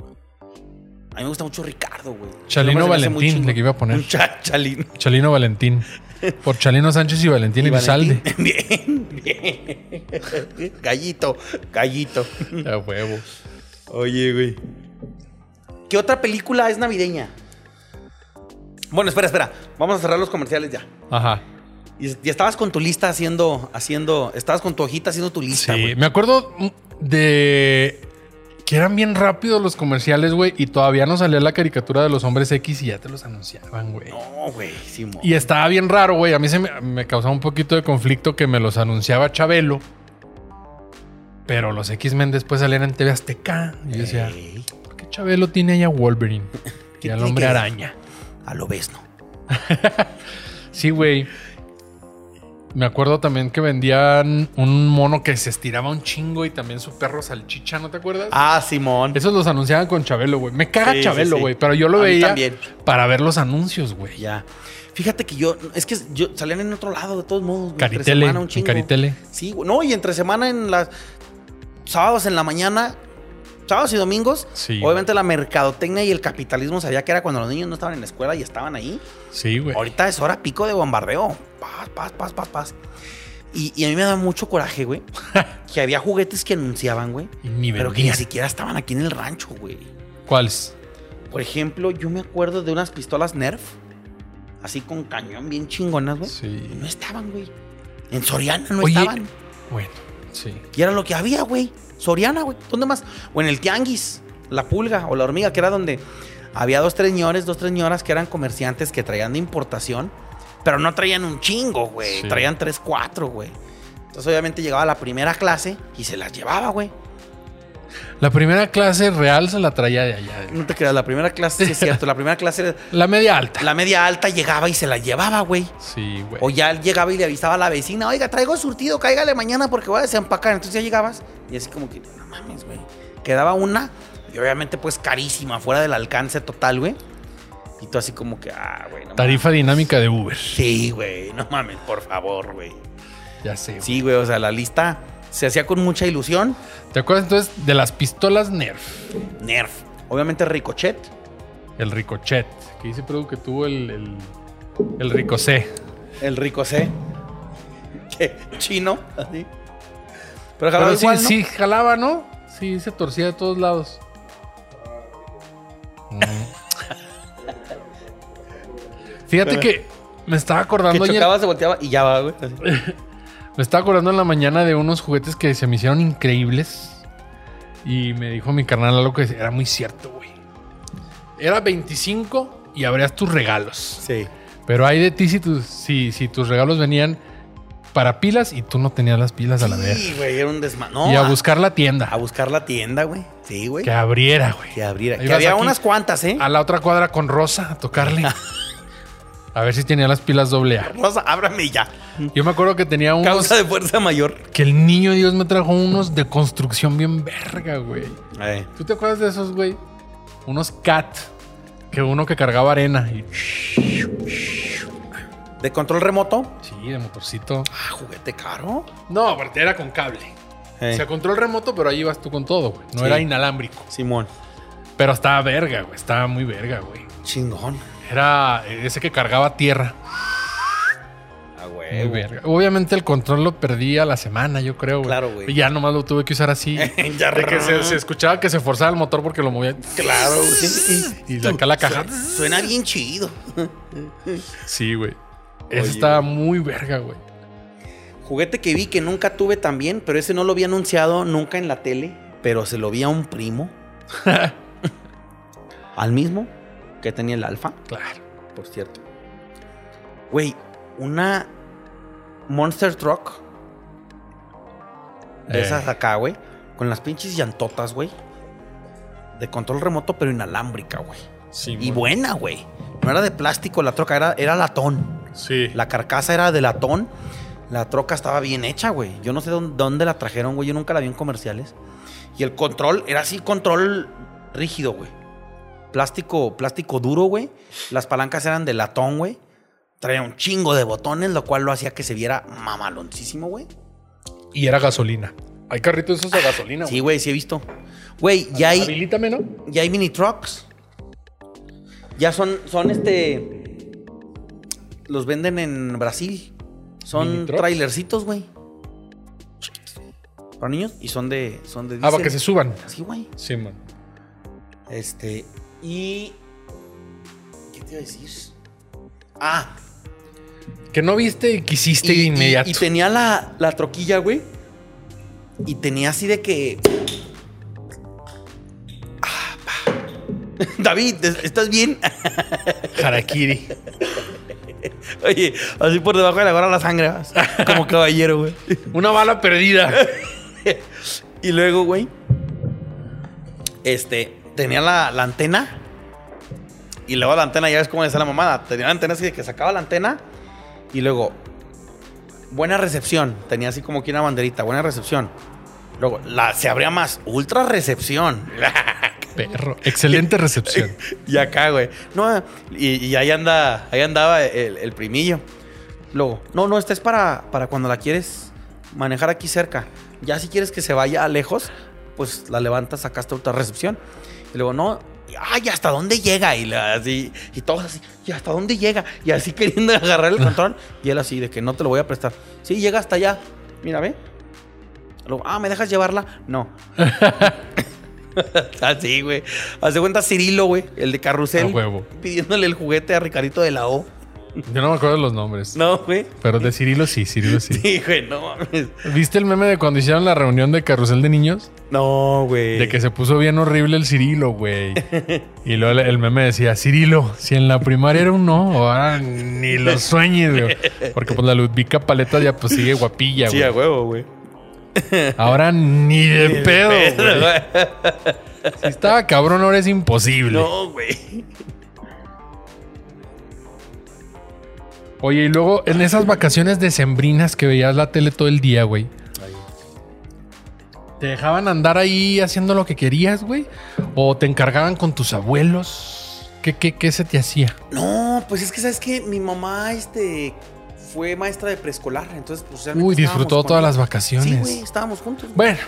A mí me gusta mucho Ricardo, güey. Chalino Se me hace muy Valentín, chingón. le que iba a poner. Un cha- Chalino. Chalino Valentín. Por Chalino Sánchez y Valentín <laughs> Y Elizalde. Valentín. <laughs> Bien, bien. <laughs> Gallito, gallito. A huevo. Oye, güey. ¿Qué otra película es navideña? Bueno, espera, espera. Vamos a cerrar los comerciales ya. Ajá. Y, y estabas con tu lista haciendo, haciendo, estabas con tu hojita haciendo tu lista, Sí, güey. me acuerdo de que eran bien rápidos los comerciales, güey, y todavía no salía la caricatura de los hombres X y ya te los anunciaban, güey. No, güey, Simón. Y estaba bien raro, güey. A mí se me, me causaba un poquito de conflicto que me los anunciaba Chabelo. Pero los X-Men después salían en TV Azteca. Y yo decía, Ey. <laughs> ¿por qué Chabelo tiene ahí a Wolverine? Eh. ¿Qué Y al tiene hombre que ver? araña. a lo besno. Sí, güey. Me acuerdo también que vendían un mono que se estiraba un chingo y también su perro salchicha, ¿no te acuerdas? Ah, Simón. Esos los anunciaban con Chabelo, güey. Me caga Sí, sí, Chabelo, sí. güey, pero yo lo A mí veía también. para ver los anuncios, güey. Ya. Fíjate que yo, es que yo salían en otro lado, de todos modos. güey, entre Caritele, semana un en chingo. Caritele. Sí, güey. No, y entre semana en las. Sábados en la mañana, sábados y domingos. Sí, Obviamente la mercadotecnia y el capitalismo sabía que era cuando los niños no estaban en la escuela y estaban ahí. Sí, güey. Ahorita es hora pico de bombardeo. Paz, paz, paz, paz, paz. Y, y a mí me da mucho <laughs> coraje, güey. que había juguetes que anunciaban, güey. Y Ni Pero que ni vendían. siquiera estaban aquí en el rancho, güey. ¿Cuáles? Por ejemplo, yo me acuerdo de unas pistolas Nerf. Así con cañón bien chingonas, güey. Y Sí. No estaban, güey. En Soriana no Oye. estaban. Bueno, sí. Y era lo que había, güey. Soriana, güey. ¿Dónde más? O en el Tianguis, la pulga o la hormiga, que era donde había dos, tres señores, dos, tres señoras que eran comerciantes que traían de importación, pero no traían un chingo, güey. Sí. Traían tres, cuatro, güey. Entonces, obviamente, llegaba la primera clase y se las llevaba, güey. La primera clase real se la traía de allá. de- No te creas, la primera clase, sí es cierto, la primera clase, era- La media alta. <laughs> la media alta llegaba y se la llevaba, güey. Sí, güey. O ya llegaba y le avisaba a la vecina, oiga, traigo surtido, cáigale mañana porque voy a desempacar. Entonces ya llegabas y así como que, no mames, güey. Quedaba una y obviamente pues carísima, fuera del alcance total, güey. Y tú así como que, ah, güey, no Tarifa dinámica de Uber. mames. Sí, güey, no mames, por favor, güey. Ya sé. güey. Sí, güey, o sea, la lista se hacía con mucha ilusión. ¿Te acuerdas entonces de las pistolas Nerf? Nerf. Obviamente Ricochet. El Ricochet. Que dice Produ que tuvo el, el, el Ricocé. El Rico C. <laughs> Que chino, así. Pero, jalaba Pero sí, igual, ¿no? sí, jalaba, ¿no? Sí, se torcía de todos lados. <laughs> Mm. Fíjate que me estaba Que acordando ayer- chocaba, se volteaba y ya va, güey. <laughs> así. Me estaba acordando en la mañana de unos juguetes que se me hicieron increíbles. Y me dijo mi carnal algo que era muy cierto, güey. Era 25 y abrías tus regalos. Sí. Pero hay de ti si tus, si, si tus regalos venían para pilas y tú no tenías las pilas a la vez. Sí, güey, era un desma... No, y a a- buscar la tienda. a buscar la tienda, güey. Sí, güey. Que abriera, güey. Que abriera. Ahí Que vas había aquí. unas cuantas, ¿eh? A la otra cuadra con Rosa a <laughs> tocarle. A ver si tenía las pilas doble A. Rosa, ábrame ya. Yo me acuerdo que tenía unos... Causa de fuerza mayor. Que el niño Dios me trajo unos de construcción bien verga, güey. Eh, ¿Tú te acuerdas de esos, güey? Unos cat. Que uno que cargaba arena. Y... De control remoto. Sí, de motorcito. Ah, juguete caro. No, aparte era con cable. Eh, O sea, control remoto, pero ahí ibas tú con todo, güey. No Sí. era inalámbrico. Simón. Pero estaba verga, güey. Estaba muy verga, güey. Chingón. Era ese que cargaba tierra. Ah, güey. Muy verga. Obviamente el control lo perdí a la semana, yo creo, güey. Claro, güey. Y ya nomás lo tuve que usar <laughs> así. de <laughs> ya que se, se escuchaba que se forzaba el motor porque lo movía. Claro, güey. Sí. Y acá la caja. <laughs> Suena bien chido. Sí, güey. Oye, Eso estaba muy verga, güey. Juguete que vi que nunca tuve también, pero ese no lo había anunciado nunca en la tele, pero se lo vi a un <laughs> primo. Al mismo que tenía el alfa. Claro. por cierto. Güey, una Monster Truck de Eh. esas acá, güey, con las pinches llantotas, güey. De control remoto, pero inalámbrica, güey. Sí, Y mon. buena, güey. No era de plástico la troca, era, era latón. Sí. La carcasa era de latón. La troca estaba bien hecha, güey. Yo no sé dónde, dónde la trajeron, güey. Yo nunca la vi en comerciales. Y el control era así, control rígido, güey. Plástico, plástico duro, güey. Las palancas eran de latón, güey. Traía un chingo de botones, lo cual lo hacía que se viera mamaloncísimo, güey. Y era gasolina. Hay carritos esos a gasolina, Ah, Sí, güey, sí he visto. Güey, ya hay... Habilítame, ¿no? ya hay mini trucks. Ya son, son este. Los venden en Brasil. ¿Mini Son trucks? trailercitos, güey. Para niños. Y son de. Son de Ah, para diésel. que se suban. Sí, güey. Sí, man. Este. Y. ¿Qué te iba a decir? Ah, Que no viste y quisiste y- de y- inmediato. Y, tenía la, la troquilla, güey. Y tenía así de que. Ah, pa. <laughs> David, ¿es- ¿estás bien? <laughs> Harakiri. Oye, así por debajo de la gorra la sangre, vas, como caballero, güey. Una bala <laughs> perdida. Y luego, güey, este, tenía la, la antena Y luego la antena, ya ves cómo le está la mamada. Tenía antenas que sacaba la antena y luego, buena recepción. Tenía así como que una banderita, buena recepción. Luego, la, se abría más, ultra recepción. <laughs> Perro. Excelente recepción. y acá, güey. No, y, y ahí anda, ahí andaba el, el primillo. Luego, no, no, esta es para, para cuando la quieres manejar aquí cerca. Ya si quieres que se vaya a lejos, pues la levantas, sacaste otra recepción. Y luego, no, y, ay, ¿hasta dónde llega? Y, la- así, y todos así, ¿y hasta dónde llega? Y así <laughs> queriendo agarrar el control. Y él así, de que no te lo voy a prestar. Sí, llega hasta allá. Mira, ve. Luego, ah, ¿me dejas llevarla? No. <laughs> así, güey. Hace cuenta Cirilo, güey, el de A carrusel, huevo. pidiéndole el juguete a Ricarito de la O. Yo no me acuerdo los nombres. No, güey. Pero de Cirilo sí, Cirilo sí. <laughs> Sí, güey, no mames. ¿Viste el meme de cuando hicieron la reunión de carrusel de niños? No, güey. De que se puso bien horrible el Cirilo, <laughs> güey. Y luego el- el meme decía, Cirilo, si en la primaria era un no, ahora ni lo sueñes, <laughs> güey. Porque pues la Ludvica Paleta ya pues sigue guapilla, Sí, a güey. huevo, güey. Ahora ni de El pedo, pedo, güey. güey. Si estaba cabrón, ahora es imposible. No, güey. Oye, y luego en esas vacaciones decembrinas que veías la tele todo el día, güey. ¿Te dejaban andar ahí haciendo lo que querías, güey? ¿O te encargaban con tus abuelos? ¿Qué, qué, qué se te hacía? No, pues es que sabes que mi mamá este fue maestra de preescolar, entonces pues realmente Uy, estábamos disfrutó juntos. todas las vacaciones. Ah, Sí, güey, estábamos juntos. bueno,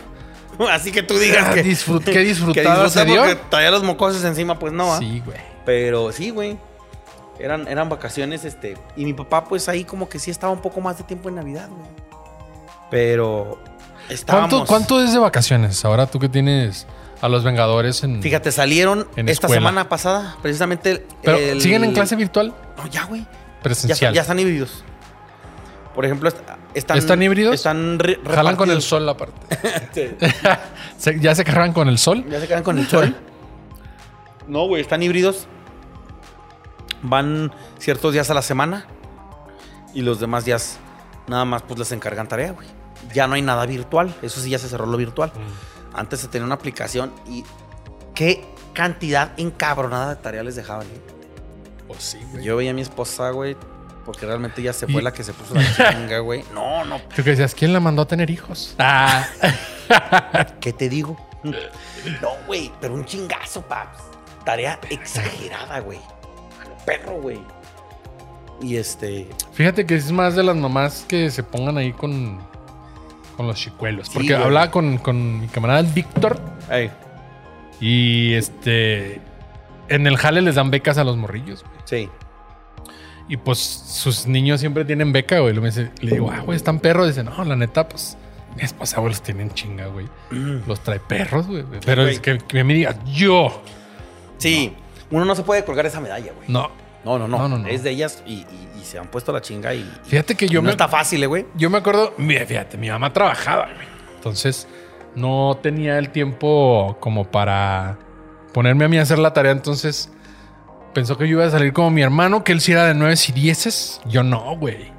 Así que tú digas que disfrut- ¿qué que disfrutada se dio? disfrutamos, que traía los mocosos encima, pues no, ¿ah? Sí, güey. Pero sí, güey. Eran, eran vacaciones, este. Y mi papá, pues ahí como que sí estaba un poco más de tiempo en Navidad, güey. Pero. Estábamos. ¿Cuánto, ¿Cuánto es de vacaciones? Ahora tú que tienes a los Vengadores en... Fíjate, salieron En esta escuela. semana pasada, precisamente. el- Pero el- siguen en clase virtual No, ya, güey. Ya, presencial. ya están híbridos. Por ejemplo, est- están. ¿Están híbridos? Están. re- Jalan con el repartidos. sol <laughs> aparte. Este, Se- ¿Ya se cargan con el sol? Ya se quedan con <laughs> el sol. No, güey, están híbridos. Van ciertos días a la semana. Y los demás días nada más pues les encargan tarea, güey. Ya no hay nada virtual. Eso sí, ya se cerró lo virtual. Mm. Antes se tenía una aplicación y qué cantidad encabronada de tarea les dejaban. eh? Pues sí, güey. Yo veía a mi esposa, güey, porque realmente ya se fue Y- la que <laughs> se puso la chinga, güey. No, no, Tú que decías, ¿quién la mandó a tener hijos? Ah, ¿Qué te digo? No, güey, pero un chingazo, paps. Tarea exagerada, güey. A lo perro, güey. Y este. <laughs> fíjate que es más de las mamás que se pongan ahí con, con los chicuelos. Sí, Porque güey. hablaba con, con mi camarada el Víctor y este. En el jale les dan becas a los morrillos. güey. Sí. Y pues sus niños siempre tienen beca, güey. Luego me dice- Le digo, ah, güey, están perros. Dice, no, la neta, pues mi esposa, güey, los tienen chinga, güey. Los trae perros, güey. Mm. Pero Güey. es que, que me diga, yo. Sí. Uno no se puede colgar esa medalla, güey. No. No, no, no. No, no, no. Es de ellas y, y- y se han puesto la chinga y. y Fíjate que yo no me. está fácil, eh, güey. Yo me acuerdo, mira, fíjate, mi mamá trabajaba, güey. Entonces, no tenía el tiempo como para ponerme a mí a hacer la tarea. Entonces, pensó que yo iba a salir como mi hermano, que él sí era de nueve y dieces. Yo no, güey.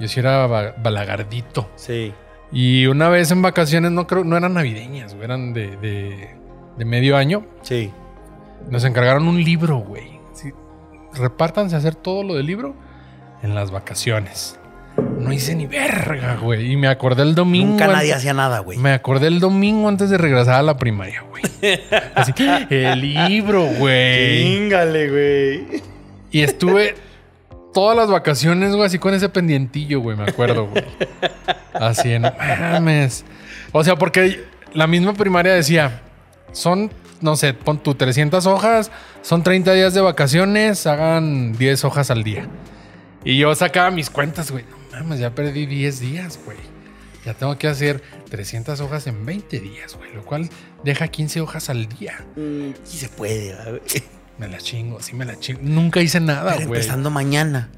Yo sí era ba- balagardito. Sí. Y una vez en vacaciones, no creo, no eran navideñas, güey, eran de, de- de medio año. Sí. Nos encargaron un libro, güey. Sí, repártanse a hacer todo lo del libro en las vacaciones. No hice ni verga, güey. Y me acordé el domingo. Nunca nadie antes- hacía nada, güey. Me acordé el domingo antes de regresar a la primaria, güey. <laughs> Así, el libro, güey. Chingale, güey. Y estuve todas las vacaciones, güey, así con ese pendientillo, güey, me acuerdo, güey. Así, no mames. O sea, porque la misma primaria decía, son, no sé, pon tu 300 hojas, son 30 días de vacaciones, hagan 10 hojas al día. Y yo sacaba mis cuentas, güey. No mames, ya perdí 10 días, güey. Ya tengo que hacer 300 hojas en 20 días, güey, lo cual deja 15 hojas al día. Mm, Sí se puede, güey. Me la chingo, sí me la chingo. Nunca hice nada, Pero Ah, güey. empezando mañana.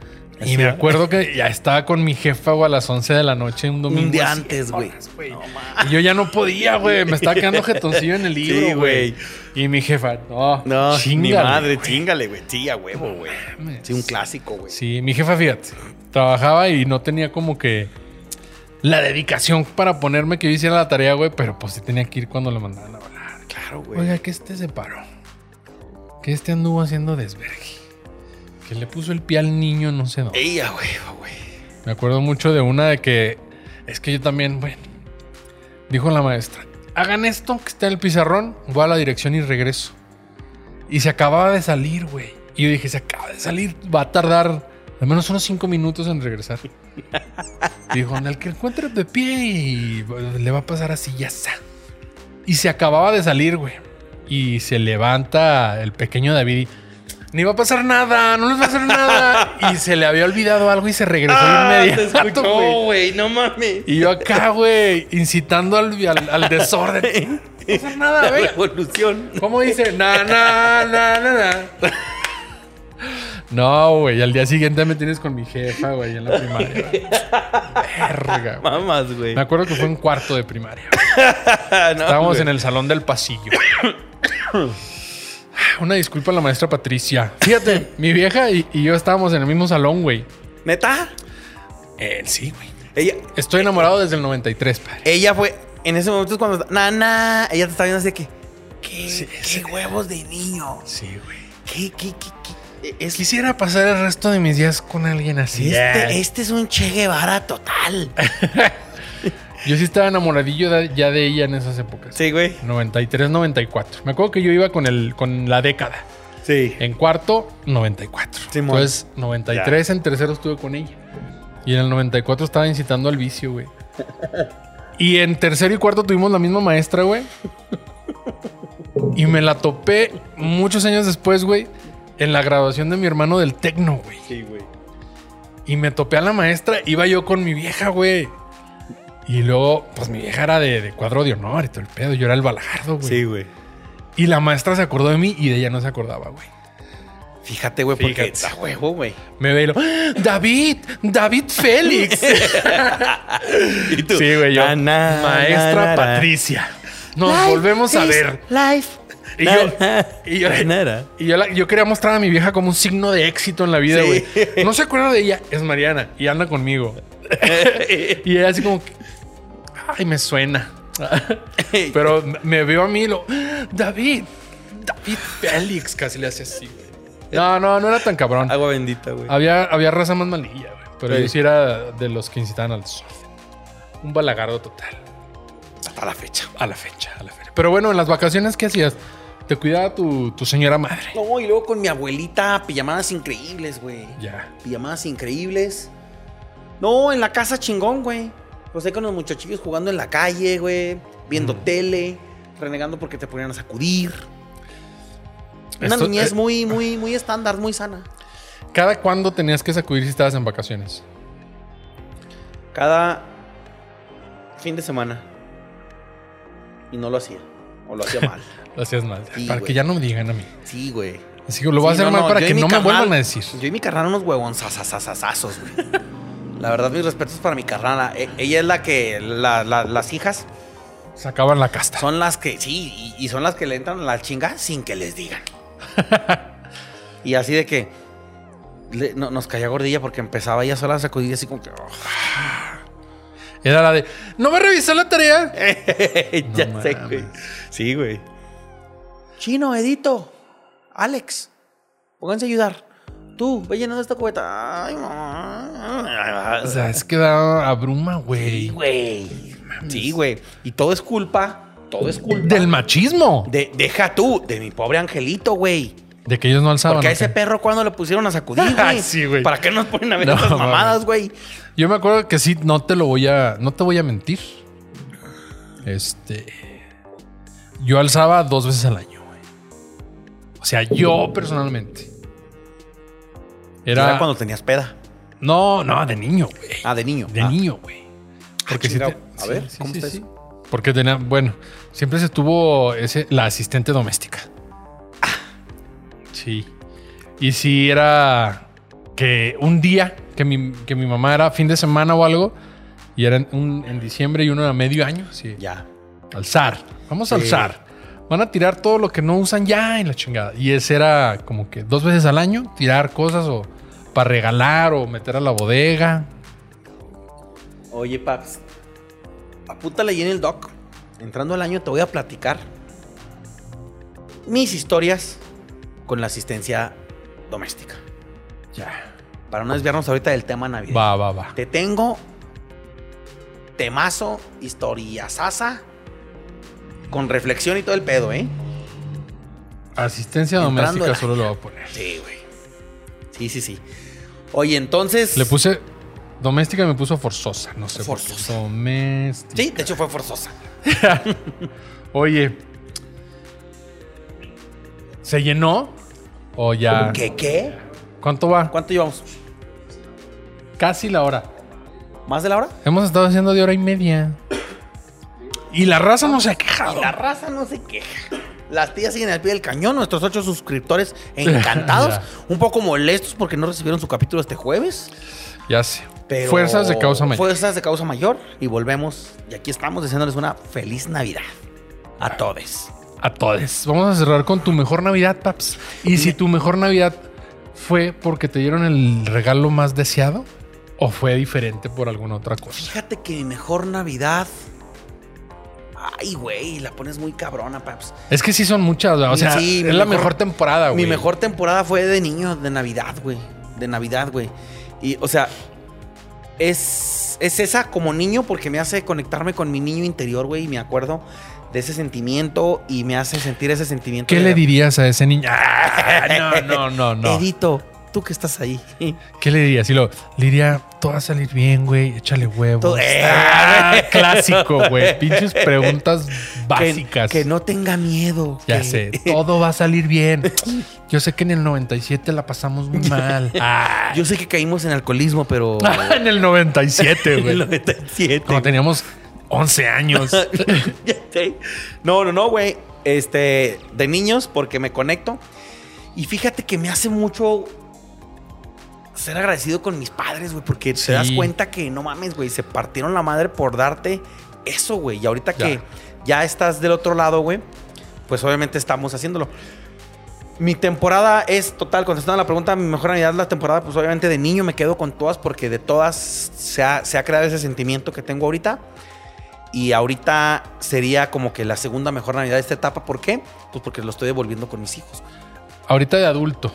Y me acuerdo que ya estaba con mi jefa, güey, a las 11 de la noche un domingo. Un día así, antes, güey. horas, y yo ya no podía, güey. Me estaba quedando jetoncillo en el libro, Sí, güey. güey. Y mi jefa, no, No, mi chingale, madre, güey. chingale, güey. Sí, a huevo, güey. mames. Sí, un clásico, güey. Sí, mi jefa, fíjate, trabajaba y no tenía como que la dedicación para ponerme que yo hiciera la tarea, güey. Pero pues sí tenía que ir cuando lo mandaban a volar. Claro, güey. Oiga, que este se paró. que este anduvo haciendo desvergue. Que le puso el pie al niño, no sé dónde. Ella, güey, güey. Me acuerdo mucho de una de que. Es que yo también, bueno. Dijo la maestra: hagan esto, que está en el pizarrón, voy a la dirección y regreso. Y se acababa de salir, güey. Y yo dije: se acaba de salir, va a tardar al menos unos cinco minutos en <laughs> regresar. dijo: en el que encuentre de pie y bueno, le va a pasar así, ya está. Y se acababa de salir, güey. Y se levanta el pequeño David y. Ni va a pasar nada, no les va a hacer <laughs> nada. y se le había olvidado algo y se regresó Ah, te inmediato. güey. escuchó, güey. No mames. Y yo acá, güey, incitando al, al, al desorden. No pasa nada, La güey. revolución. ¿Cómo dice? Na, na, na, na, na. No, güey, al día siguiente me tienes con mi jefa, güey, en la primaria. Verga, güey. Mamas, güey. Ah, Me acuerdo que fue en cuarto de primaria. güey. Estábamos en el salón del pasillo. Ah, Una disculpa a la maestra Patricia. Fíjate, mi vieja y, y yo estábamos en el mismo salón, güey. ¿Neta? Eh, sí, güey. Ella, Estoy enamorado desde el 93, padre. ella fue. En ese momento es cuando. Nana. Ella te está viendo así de que. ¿Qué, Sí, qué sí. huevos de niño? Sí, güey. ¿Qué, qué, qué, qué? Es, Quisiera pasar el resto de mis días con alguien así. este, este es un Che Guevara total. Yo sí estaba enamoradillo de- ya de ella en esas épocas. Sí, güey. 93, 94. Me acuerdo que yo iba con, el, con la década. Sí. En cuarto, 94. Simón. Entonces, 93 en tercero estuve con ella. Y en el 94 estaba incitando al vicio, <laughs> güey. Y en tercero y cuarto tuvimos la misma maestra, güey. Y me la topé muchos años después, güey, en la graduación de mi hermano del Tecno, güey. Sí, güey. Y me topé a la maestra, iba yo con mi vieja, güey. Y luego, pues mi vieja era de, de cuadro de honor y todo el pedo. Yo era el balajardo, güey. Sí, güey. Y la maestra se acordó de mí y de ella no se acordaba, güey. Fíjate, güey, porque Fíjate. está huevo, güey. Me ve y lo, ¡Ah! David, David <laughs> Félix. Y tú, sí, güey, yo. na, na, maestra na, na. Patricia. Nos Life volvemos a is ver. Life. Y Na, yo- na, y yo- na, <laughs> na. Y yo, la- yo quería mostrar a mi vieja como un signo de éxito en la vida, Sí. güey. No se acuerda de ella, es Mariana y anda conmigo. y ella así como, que, ay, me suena. Pero me veo a mí y lo, David, David Félix, casi le hace así, güey. No, no, no era tan cabrón. Agua bendita, güey. Había, había raza más malilla, güey. Pero Sí. yo sí era de los que incitaban al sol. Un balagardo total. Hasta la fecha. A la fecha, a la fecha. Pero bueno, en las vacaciones, ¿qué hacías? Te cuidaba tu, tu señora madre. No, y luego con mi abuelita, pijamadas increíbles, güey. Ya. Pijamadas increíbles. No, en la casa chingón, güey. Pues ahí con los muchachillos jugando en la calle, güey. Viendo Mm. tele, renegando porque te ponían a sacudir. Una Esto- niñez eh, muy, muy, muy estándar, muy sana. ¿Cada cuándo tenías que sacudir si estabas en vacaciones? Cada fin de semana. Y no lo hacía. O lo hacía mal. Lo hacías mal. Sí, para güey. que ya no me digan a mí. <laughs> Sí, güey. Así que lo voy a Sí, hacer mal para yo y que mi no me carnal- vuelvan a decir. Yo y mi carnal unos huevonzazazazazos, güey. La verdad, mis respetos para mi carnal. E- Ella es la que, la- la- las hijas, Sacaban la casta. son las que, sí, y, y son las que le entran a la chinga sin que les <laughs> digan. y así de que le- no- nos caía gordilla porque empezaba ella sola a sacudir así como que... "Oh, Era la de, no me revisó la tarea. <laughs> ya No sé, mames. güey. Sí, güey. Chino, Edito, Alex, pónganse a ayudar. Tú, ve llenando esta cubeta. Ay, mamá. O sea, es que da abruma, Sí, güey. güey. Sí, güey. Y todo es culpa, todo es culpa. Del machismo. De- deja tú, de mi pobre angelito, güey. De que ellos no alzaban. Porque a ¿o ese qué? perro, cuando lo pusieron <laughs> a sacudir, güey? Sí, güey. ¿Para qué nos ponen a ver No, esas mames. mamadas, güey? Yo me acuerdo que sí, no te lo voy a. No te voy a mentir. Este. Yo alzaba dos veces al año, güey. O sea, yo personalmente. Era. Era cuando tenías peda. No, no, de niño, güey. Ah, de niño. De Ah. niño, güey. Porque sí chingado. te- A ver, ¿cómo está eso? Porque tenía, bueno, siempre se tuvo ese, la asistente doméstica. Ah. Sí. Y si era que un día que mi, que mi mamá era fin de semana o algo, y era en, un- en diciembre y uno era medio año, sí. Ya. Alzar. Vamos a Sí. alzar. Van a tirar todo lo que no usan ya en la chingada. Y ese era como que dos veces al año tirar cosas o para regalar o meter a la bodega. Oye, paps. Apúntale ahí en el doc. Entrando al año te voy a platicar mis historias con la asistencia doméstica. Ya. Para no desviarnos ahorita del tema navideño. Va, va, va. Te tengo temazo, historia sasa, con reflexión y todo el pedo, ¿eh? Asistencia Entrando doméstica la- solo lo voy a poner. Sí, güey. Sí, sí, sí. Oye, entonces. Le puse doméstica y me puso forzosa. No sé. por qué. Forzosa. Doméstica. Sí, de hecho fue forzosa. Oye. ¿Se llenó? O ya. ¿Qué? ¿Qué? ¿Cuánto va? ¿Cuánto llevamos? Casi la hora. ¿Más de la hora? Hemos estado haciendo de hora y media. Y la raza no se ha quejado. La raza no se queja. Las tías siguen al pie del cañón. Nuestros <laughs> ocho suscriptores encantados. Ya. un poco molestos porque no recibieron su capítulo este jueves. Ya sé. Pero Fuerzas de causa mayor. Fuerzas de causa mayor. Y volvemos. Y aquí estamos deseándoles una feliz Navidad. A todos. A todos. Pues Vamos a cerrar con tu mejor Navidad, Paps. Y si tu mejor Navidad fue porque te dieron el regalo más deseado o fue diferente por alguna otra cosa. Fíjate que mi mejor Navidad. Ay, güey, la pones muy cabrona, paps. Es que sí son muchas, ¿verdad? o sea, Sí, es mi la mejor- mejor temporada, güey. Mi mejor temporada fue de niño, de Navidad, güey. De Navidad, güey. Y, o sea, es, es esa como niño porque me hace conectarme con mi niño interior, güey. Y me acuerdo de ese sentimiento y me hace sentir ese sentimiento. ¿Qué de- le dirías a ese niño? Ah, <laughs> no, no, no, no. Edito, tú que estás ahí. <laughs> ¿Qué le dirías? Y lo, le diría, todo va a salir bien, güey, échale huevos. Todo- ¡Eh! Ah, clásico, güey. Pinches preguntas básicas. <laughs> Que, que no tenga miedo. Ya que- sé, Eh, <laughs> todo va a salir bien. Yo sé que en el 97 la pasamos <laughs> muy mal. Ah, <laughs> Yo sé que caímos en alcoholismo, pero. <laughs> en el 97, El güey. 97. Cuando teníamos 11 <laughs> años. Ya sé. no, no, no, güey. Este, de niños, porque me conecto. Y fíjate que me hace mucho ser agradecido con mis padres, güey, porque Sí. te das cuenta que no mames, güey, se partieron la madre por darte eso, güey. Y ahorita Ya. que ya estás del otro lado, güey, pues obviamente estamos haciéndolo. Mi temporada es total, contestando la pregunta, mi mejor Navidad la temporada, pues obviamente de niño me quedo con todas porque de todas se ha, se ha creado ese sentimiento que tengo ahorita. Y ahorita sería como que la segunda mejor Navidad de esta etapa. ¿Por qué? Pues porque lo estoy devolviendo con mis hijos. güey. Ahorita de adulto.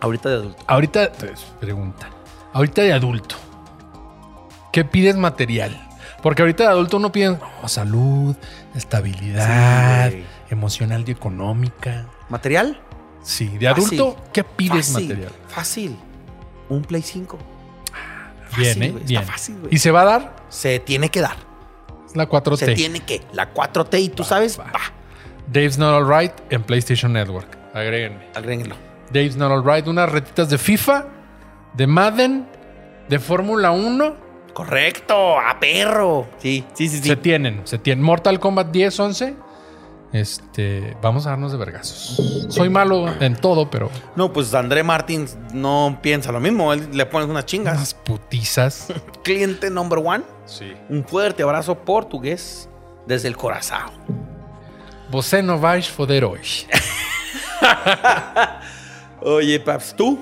Ahorita de adulto. Ahorita, pues, pregunta. Ahorita de adulto. ¿Qué pides material? Porque ahorita de adulto uno pide oh, salud, estabilidad, Sí, güey. emocional y económica. ¿Material? Sí, de Fácil. adulto, ¿qué pides fácil, material? Fácil. Un Play 5. Bien, Fácil, ¿eh? güey, está Bien. fácil, güey. y se va a dar Se tiene que dar. Es la 4T. Se tiene que. La 4T y tú Va, sabes, va. va. Dave's Not Alright en PlayStation Network. Agréguenme. Agréguenlo. Dave's Not Alright, unas retitas de FIFA, de Madden, de Fórmula 1. Correcto, a perro. Sí, sí, sí, sí. Se tienen, se tienen. Mortal Kombat 10, 11. Este, vamos a darnos de vergazos. Soy malo en todo, pero No, pues André Martins no piensa lo mismo. Él le pones unas chingas. unas putizas. Cliente number one. <laughs> Sí. Un fuerte abrazo portugués desde el corazón. Você no vais foder hoy. Oye, Paps, tú.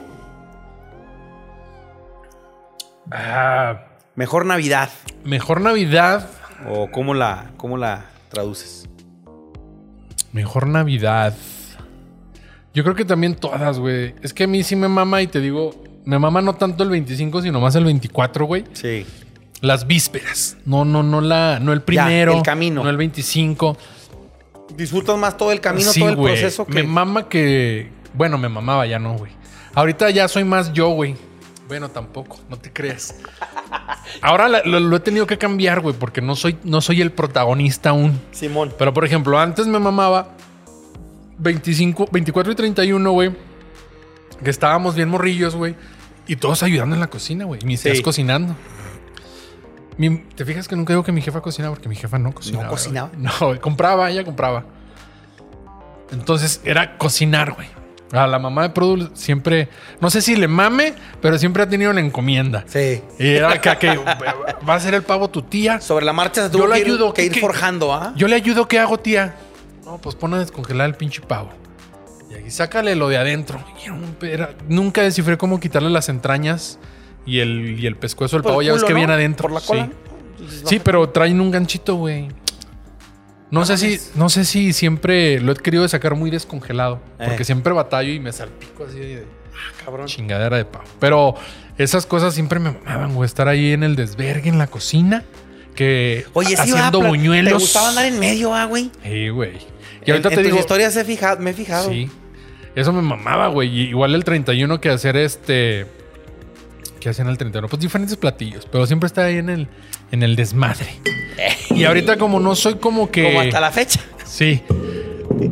Ah, Mejor Navidad. mejor Navidad. ¿O cómo la, cómo la traduces? Mejor Navidad. Yo creo que también todas, güey. Es que a mí sí me mama y te digo, me mama no tanto el 25, sino más el 24, güey. Sí. Las vísperas. No, no, no la, no el primero. el camino. No el 25. Disfrutas más todo el camino, Sí, todo el güey. proceso que. Me mama que. Bueno, me mamaba ya no, güey. Ahorita ya soy más yo, güey. Bueno, tampoco, no te <laughs> creas. Ahora la- lo, lo he tenido que cambiar, güey, porque no soy, no soy el protagonista aún. Simón. Pero por ejemplo, antes me mamaba 25, 24 y 31, güey. Que estábamos bien morrillos, güey. Y todos ayudando en la cocina, güey. Y mis Sí. tías cocinando. Mi- ¿Te fijas que nunca digo que mi jefa cocina? Porque mi jefa no cocinaba. ¿No güey. cocinaba? <laughs> No, güey, compraba, ella compraba. Entonces era cocinar, güey. A la mamá de Produl siempre, no sé si le mame, pero siempre ha tenido la encomienda. Sí. Y era que, <laughs> que va a ser el pavo tu tía. Sobre la marcha se Yo tuvo le que, ir- ayudo, que ¿qué- ir qué? forjando, ¿ah? Yo le ayudo, ¿qué hago, tía? No, pues pon a descongelar el pinche pavo. Y aquí sácale lo de adentro. Y era un- era- nunca descifré cómo quitarle las entrañas y el, y el pescuezo del Por el pavo. Ya ves culo, que ¿no? viene adentro. Por la cola. Sí. Sí, pero traen un ganchito, güey. No sé, si, no sé si siempre lo he querido sacar muy descongelado, porque Eh. siempre batallo y me salpico así de Cabrón. chingadera de pavo. Pero esas cosas siempre me mamaban, güey. Estar ahí en el desvergue, en la cocina, que Oye, sí, haciendo va, pla- buñuelos. Te gustaba andar en medio, ah, güey. Sí, güey. Y En- ahorita en te tus digo. historias he fijado, me he fijado. Sí. Eso me mamaba, güey. Y Igual el 31 que hacer este. ¿Qué hacían el 31? Pues diferentes platillos, pero siempre está ahí en el, en el <laughs> desmadre. Y ahorita, como no soy como que. Como hasta la fecha. Sí.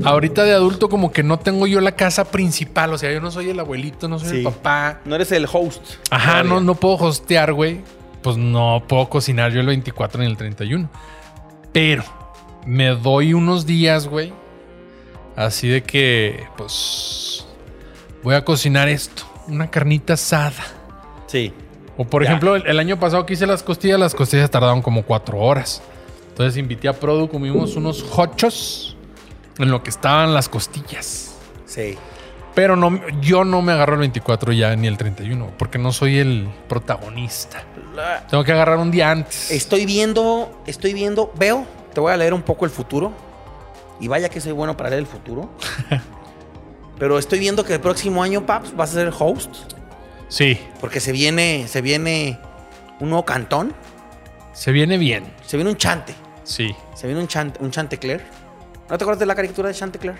Ahorita de adulto, como que no tengo yo la casa principal. O sea, yo no soy el abuelito, no soy el Sí. papá. No eres el host. Ajá, Todavía. no, no puedo hostear, güey. Pues no puedo cocinar yo el 24 ni el 31. Pero me doy unos días, güey. Así de que, pues, voy a cocinar esto. Una carnita asada. Sí. O por Ya. ejemplo, el, el año pasado que hice las costillas, las costillas tardaron como cuatro horas. Entonces invité a Produ, comimos unos hochos en lo que estaban las costillas. Sí. Pero no, yo no me agarro el 24 ya ni el 31, porque no soy el protagonista. Tengo que agarrar un día antes. Estoy viendo, estoy viendo, veo, te voy a leer un poco el futuro. Y vaya que soy bueno para leer <laughs> el futuro. Pero estoy viendo que el próximo año, Paps, vas a ser host. Sí, Porque se viene, se viene un nuevo cantón. se viene bien. Se viene un chante. Sí. Se viene un chante, un Chantecler. ¿No te acuerdas de la caricatura de Chantecler?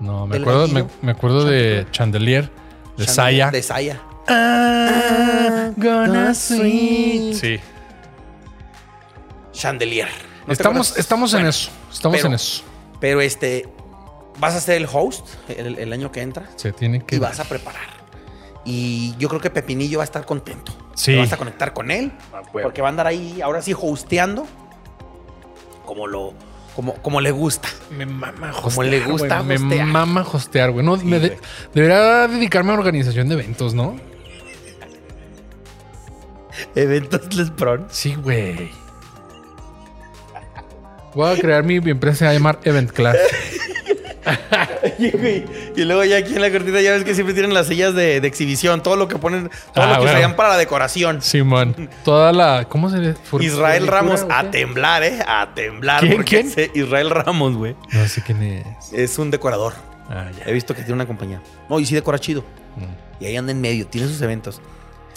No, me ¿Del acuerdo, me, gallillo? me acuerdo de Chandelier, de Chante- Saya. De Saya. Ah, gonna sweet. Sí. Chandelier. ¿No te estamos, acuerdas? estamos en Bueno, eso. Estamos pero- en eso. Pero este, vas a ser el host el, el año que entra. Se tiene que. y vas a preparar. Y yo creo que Pepinillo va a estar contento. Sí. Te vas a conectar con él. Porque va a andar ahí, ahora sí, hosteando. Como lo. Como, como le gusta. Me mama hostear. Como le gusta güey. Me hostear. mama hostear, güey. No, me de- güey. debería dedicarme a organización de eventos, ¿no? Eventos Les Pron. Sí, güey. Voy a crear mi, mi empresa se va a llamar Event Class. <laughs> y, güey, y luego ya aquí en la cortina ya ves que siempre tienen las sillas de, de exhibición. Todo lo que ponen. Todo Ah, lo que bueno. usarían para la decoración. Simón. Toda la. ¿Cómo se le fur- Israel furnitura, Ramos o qué? a temblar, ¿eh? A temblar. ¿Quién? porque ¿Quién? ese Israel Ramos, güey. No sé quién es. Es un decorador. Ah, ya. He visto que tiene una compañía. No, y sí decora chido. Mm. Y ahí anda en medio. Tiene sus eventos.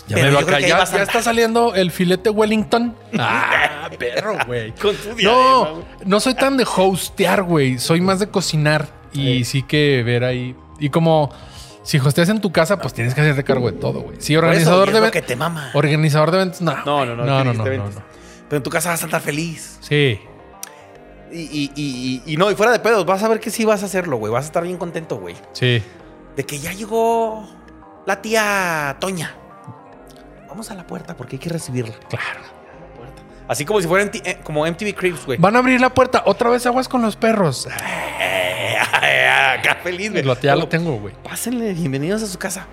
Ya Pero me yo va a creo que ahí callar. vas a Ya andar. está saliendo el filete <laughs> Wellington. Ah, perro, güey. Con su diadema, No, eh, güey. no soy tan de hostear, güey. Soy más de cocinar Eh. y sí. que ver ahí. Y como si hosteas en tu casa, pues tienes que hacerte cargo de todo, güey. Sí, Por eso, organizador y es de lo que eventos. te mama. Organizador de eventos, no. No, no, no, No, que no, no, dijiste no, eventos. Pero en tu casa vas a estar feliz. Sí. Y, y- y- y- y no, y fuera de pedos, vas a ver que sí vas a hacerlo, güey. Vas a estar bien contento, güey. Sí. De que ya llegó la tía Toña. Vamos a la puerta porque hay que recibirla. Claro. Así como si fueran eh, como MTV Cribs, güey. Van a abrir la puerta. Otra vez aguas con los perros. Eh, <laughs> Acá feliz, güey. Lo- ya lo Luego, tengo, güey. Pásenle, bienvenidos a su casa.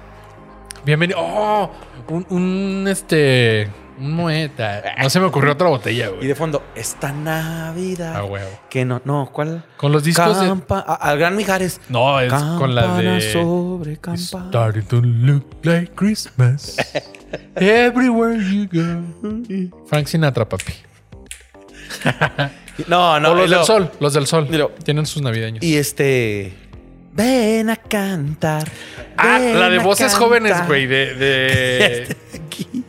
Bienvenido. Oh, un, un, este. Un moeta. No se me ocurrió otra botella, Y güey. de fondo, esta Navidad. A huevo. Que no, no, ¿cuál? Con los discos de. Campa- a- al Gran Mijares. No, es con la Campana de. sobre It's campana. starting to look like Christmas. Everywhere you go. Frank Sinatra, papi. No, no, o los y luego- del sol, los del sol. y luego- Tienen sus navideños. Y este. Ven a cantar. ah, ven la de a voces cantar. jóvenes, güey. De, de... Aquí. <laughs>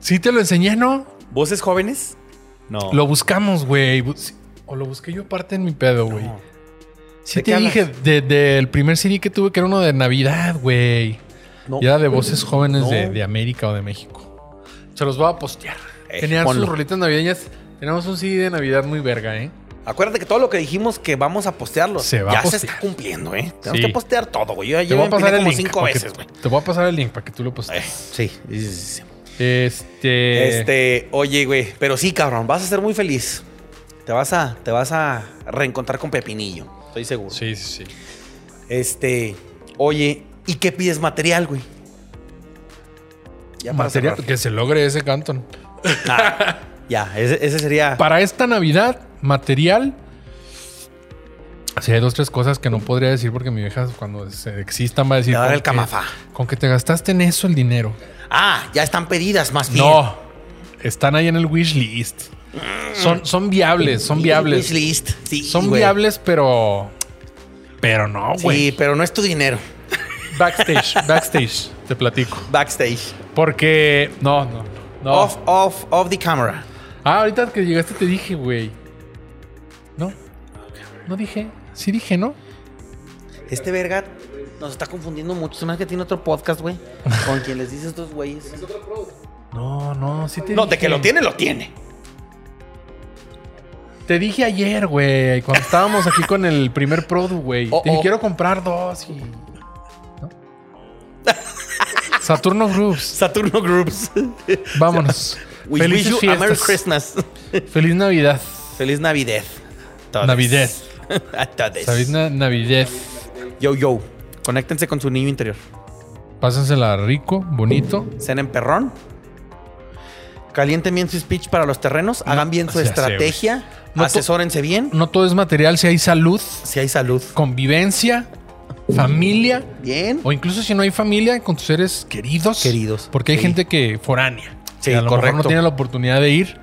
Sí te lo enseñé, ¿no? ¿Voces jóvenes? No. Lo buscamos, güey. Bu- sí. O lo busqué yo aparte en mi pedo, güey. No. Sí ¿De te qué dije, de- del primer CD que tuve, que era uno de Navidad, güey. No. Y era de voces jóvenes Mm. No. de, de América o de México. Se los voy a postear. Eh, Tenían ponlo. sus rolitas navideñas. Tenemos un CD de Navidad muy verga, ¿eh? Acuérdate que todo lo que dijimos que vamos a postearlo Se va a ya se postear. está cumpliendo, ¿eh? Tenemos Sí. que postear todo, güey. Yo, Te yo voy me a pasar empiné el como link. cinco para que- veces, güey. Te voy a pasar el link para que tú lo postes. Eh, Sí. sí, sí, sí. Este. Eh, Este, oye, güey, pero sí, cabrón, vas a ser muy feliz. Te vas a, te vas a reencontrar con Pepinillo, estoy seguro. Sí, sí, sí. Este, oye, ¿y qué pides material, güey? Ya para Material- cerrar. que se logre ese canton. Ah, ya, ese, ese sería. Para esta Navidad, material. Así hay dos, tres cosas que no podría decir porque mi vieja cuando se existan va a decir. Te va a dar con que- el camafá. Con que te gastaste en eso el dinero. Ah, ya están pedidas más bien. No. Están ahí en el wish list. Son, son viables, son viables. Wishlist. Sí, Son Mm. güey. viables, pero. Pero no, güey. Sí, pero no es tu dinero. Backstage, <laughs> backstage, te platico. Backstage. Porque. No, no, no. Off, off, off the camera. Ah, ahorita que llegaste te dije, güey. No. No dije. Sí dije, ¿no? Este verga nos está confundiendo mucho. Se me hace que tiene otro podcast, güey. Con quien les dice estos güeyes. No, no, sí te No, dije. de que lo tiene, lo tiene. Te dije ayer, güey, cuando estábamos aquí con el primer Produ, güey. Oh, te dije, oh. quiero comprar dos y... ¿no? <laughs> Saturno Groups, Saturno Groups. vámonos. <laughs> We wish Felices you a fiestas. Merry Christmas. Feliz Navidad. Feliz Navidad. Todes. Navidad. <laughs> a todos. Feliz Na- Navidad. Yo, yo. Conéctense con su niño interior. Pásensela rico, bonito. Cenen perrón. Calienten bien su speech para los terrenos. Hagan bien su ya sé, estrategia. No to- asesórense bien. No todo es material, si hay salud, Si hay salud. convivencia, familia. Bien. O incluso si no hay familia, con tus seres queridos. Queridos, Porque hay sí. gente que foránea. Sí, que a lo mejor no correcto. tiene la oportunidad de ir.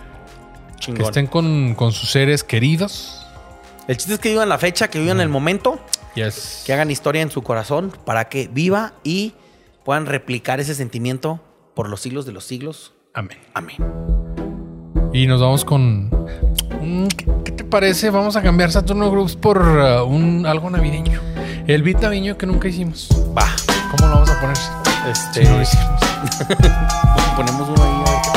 Que Chingón. estén con, con sus seres queridos. El chiste es que vivan la fecha, que Mm. vivan el momento, Yes. que hagan historia en su corazón para que viva y puedan replicar ese sentimiento por los siglos de los siglos. Amén. Amén. Y nos vamos con. Mm, ¿Qué qué te parece? Vamos a cambiar Saturno Groups por uh, un algo navideño. El beat navideño que nunca hicimos. Va. ¿Cómo lo vamos a poner? Este, Si no lo hicimos. ponemos uno ahí. a ver qué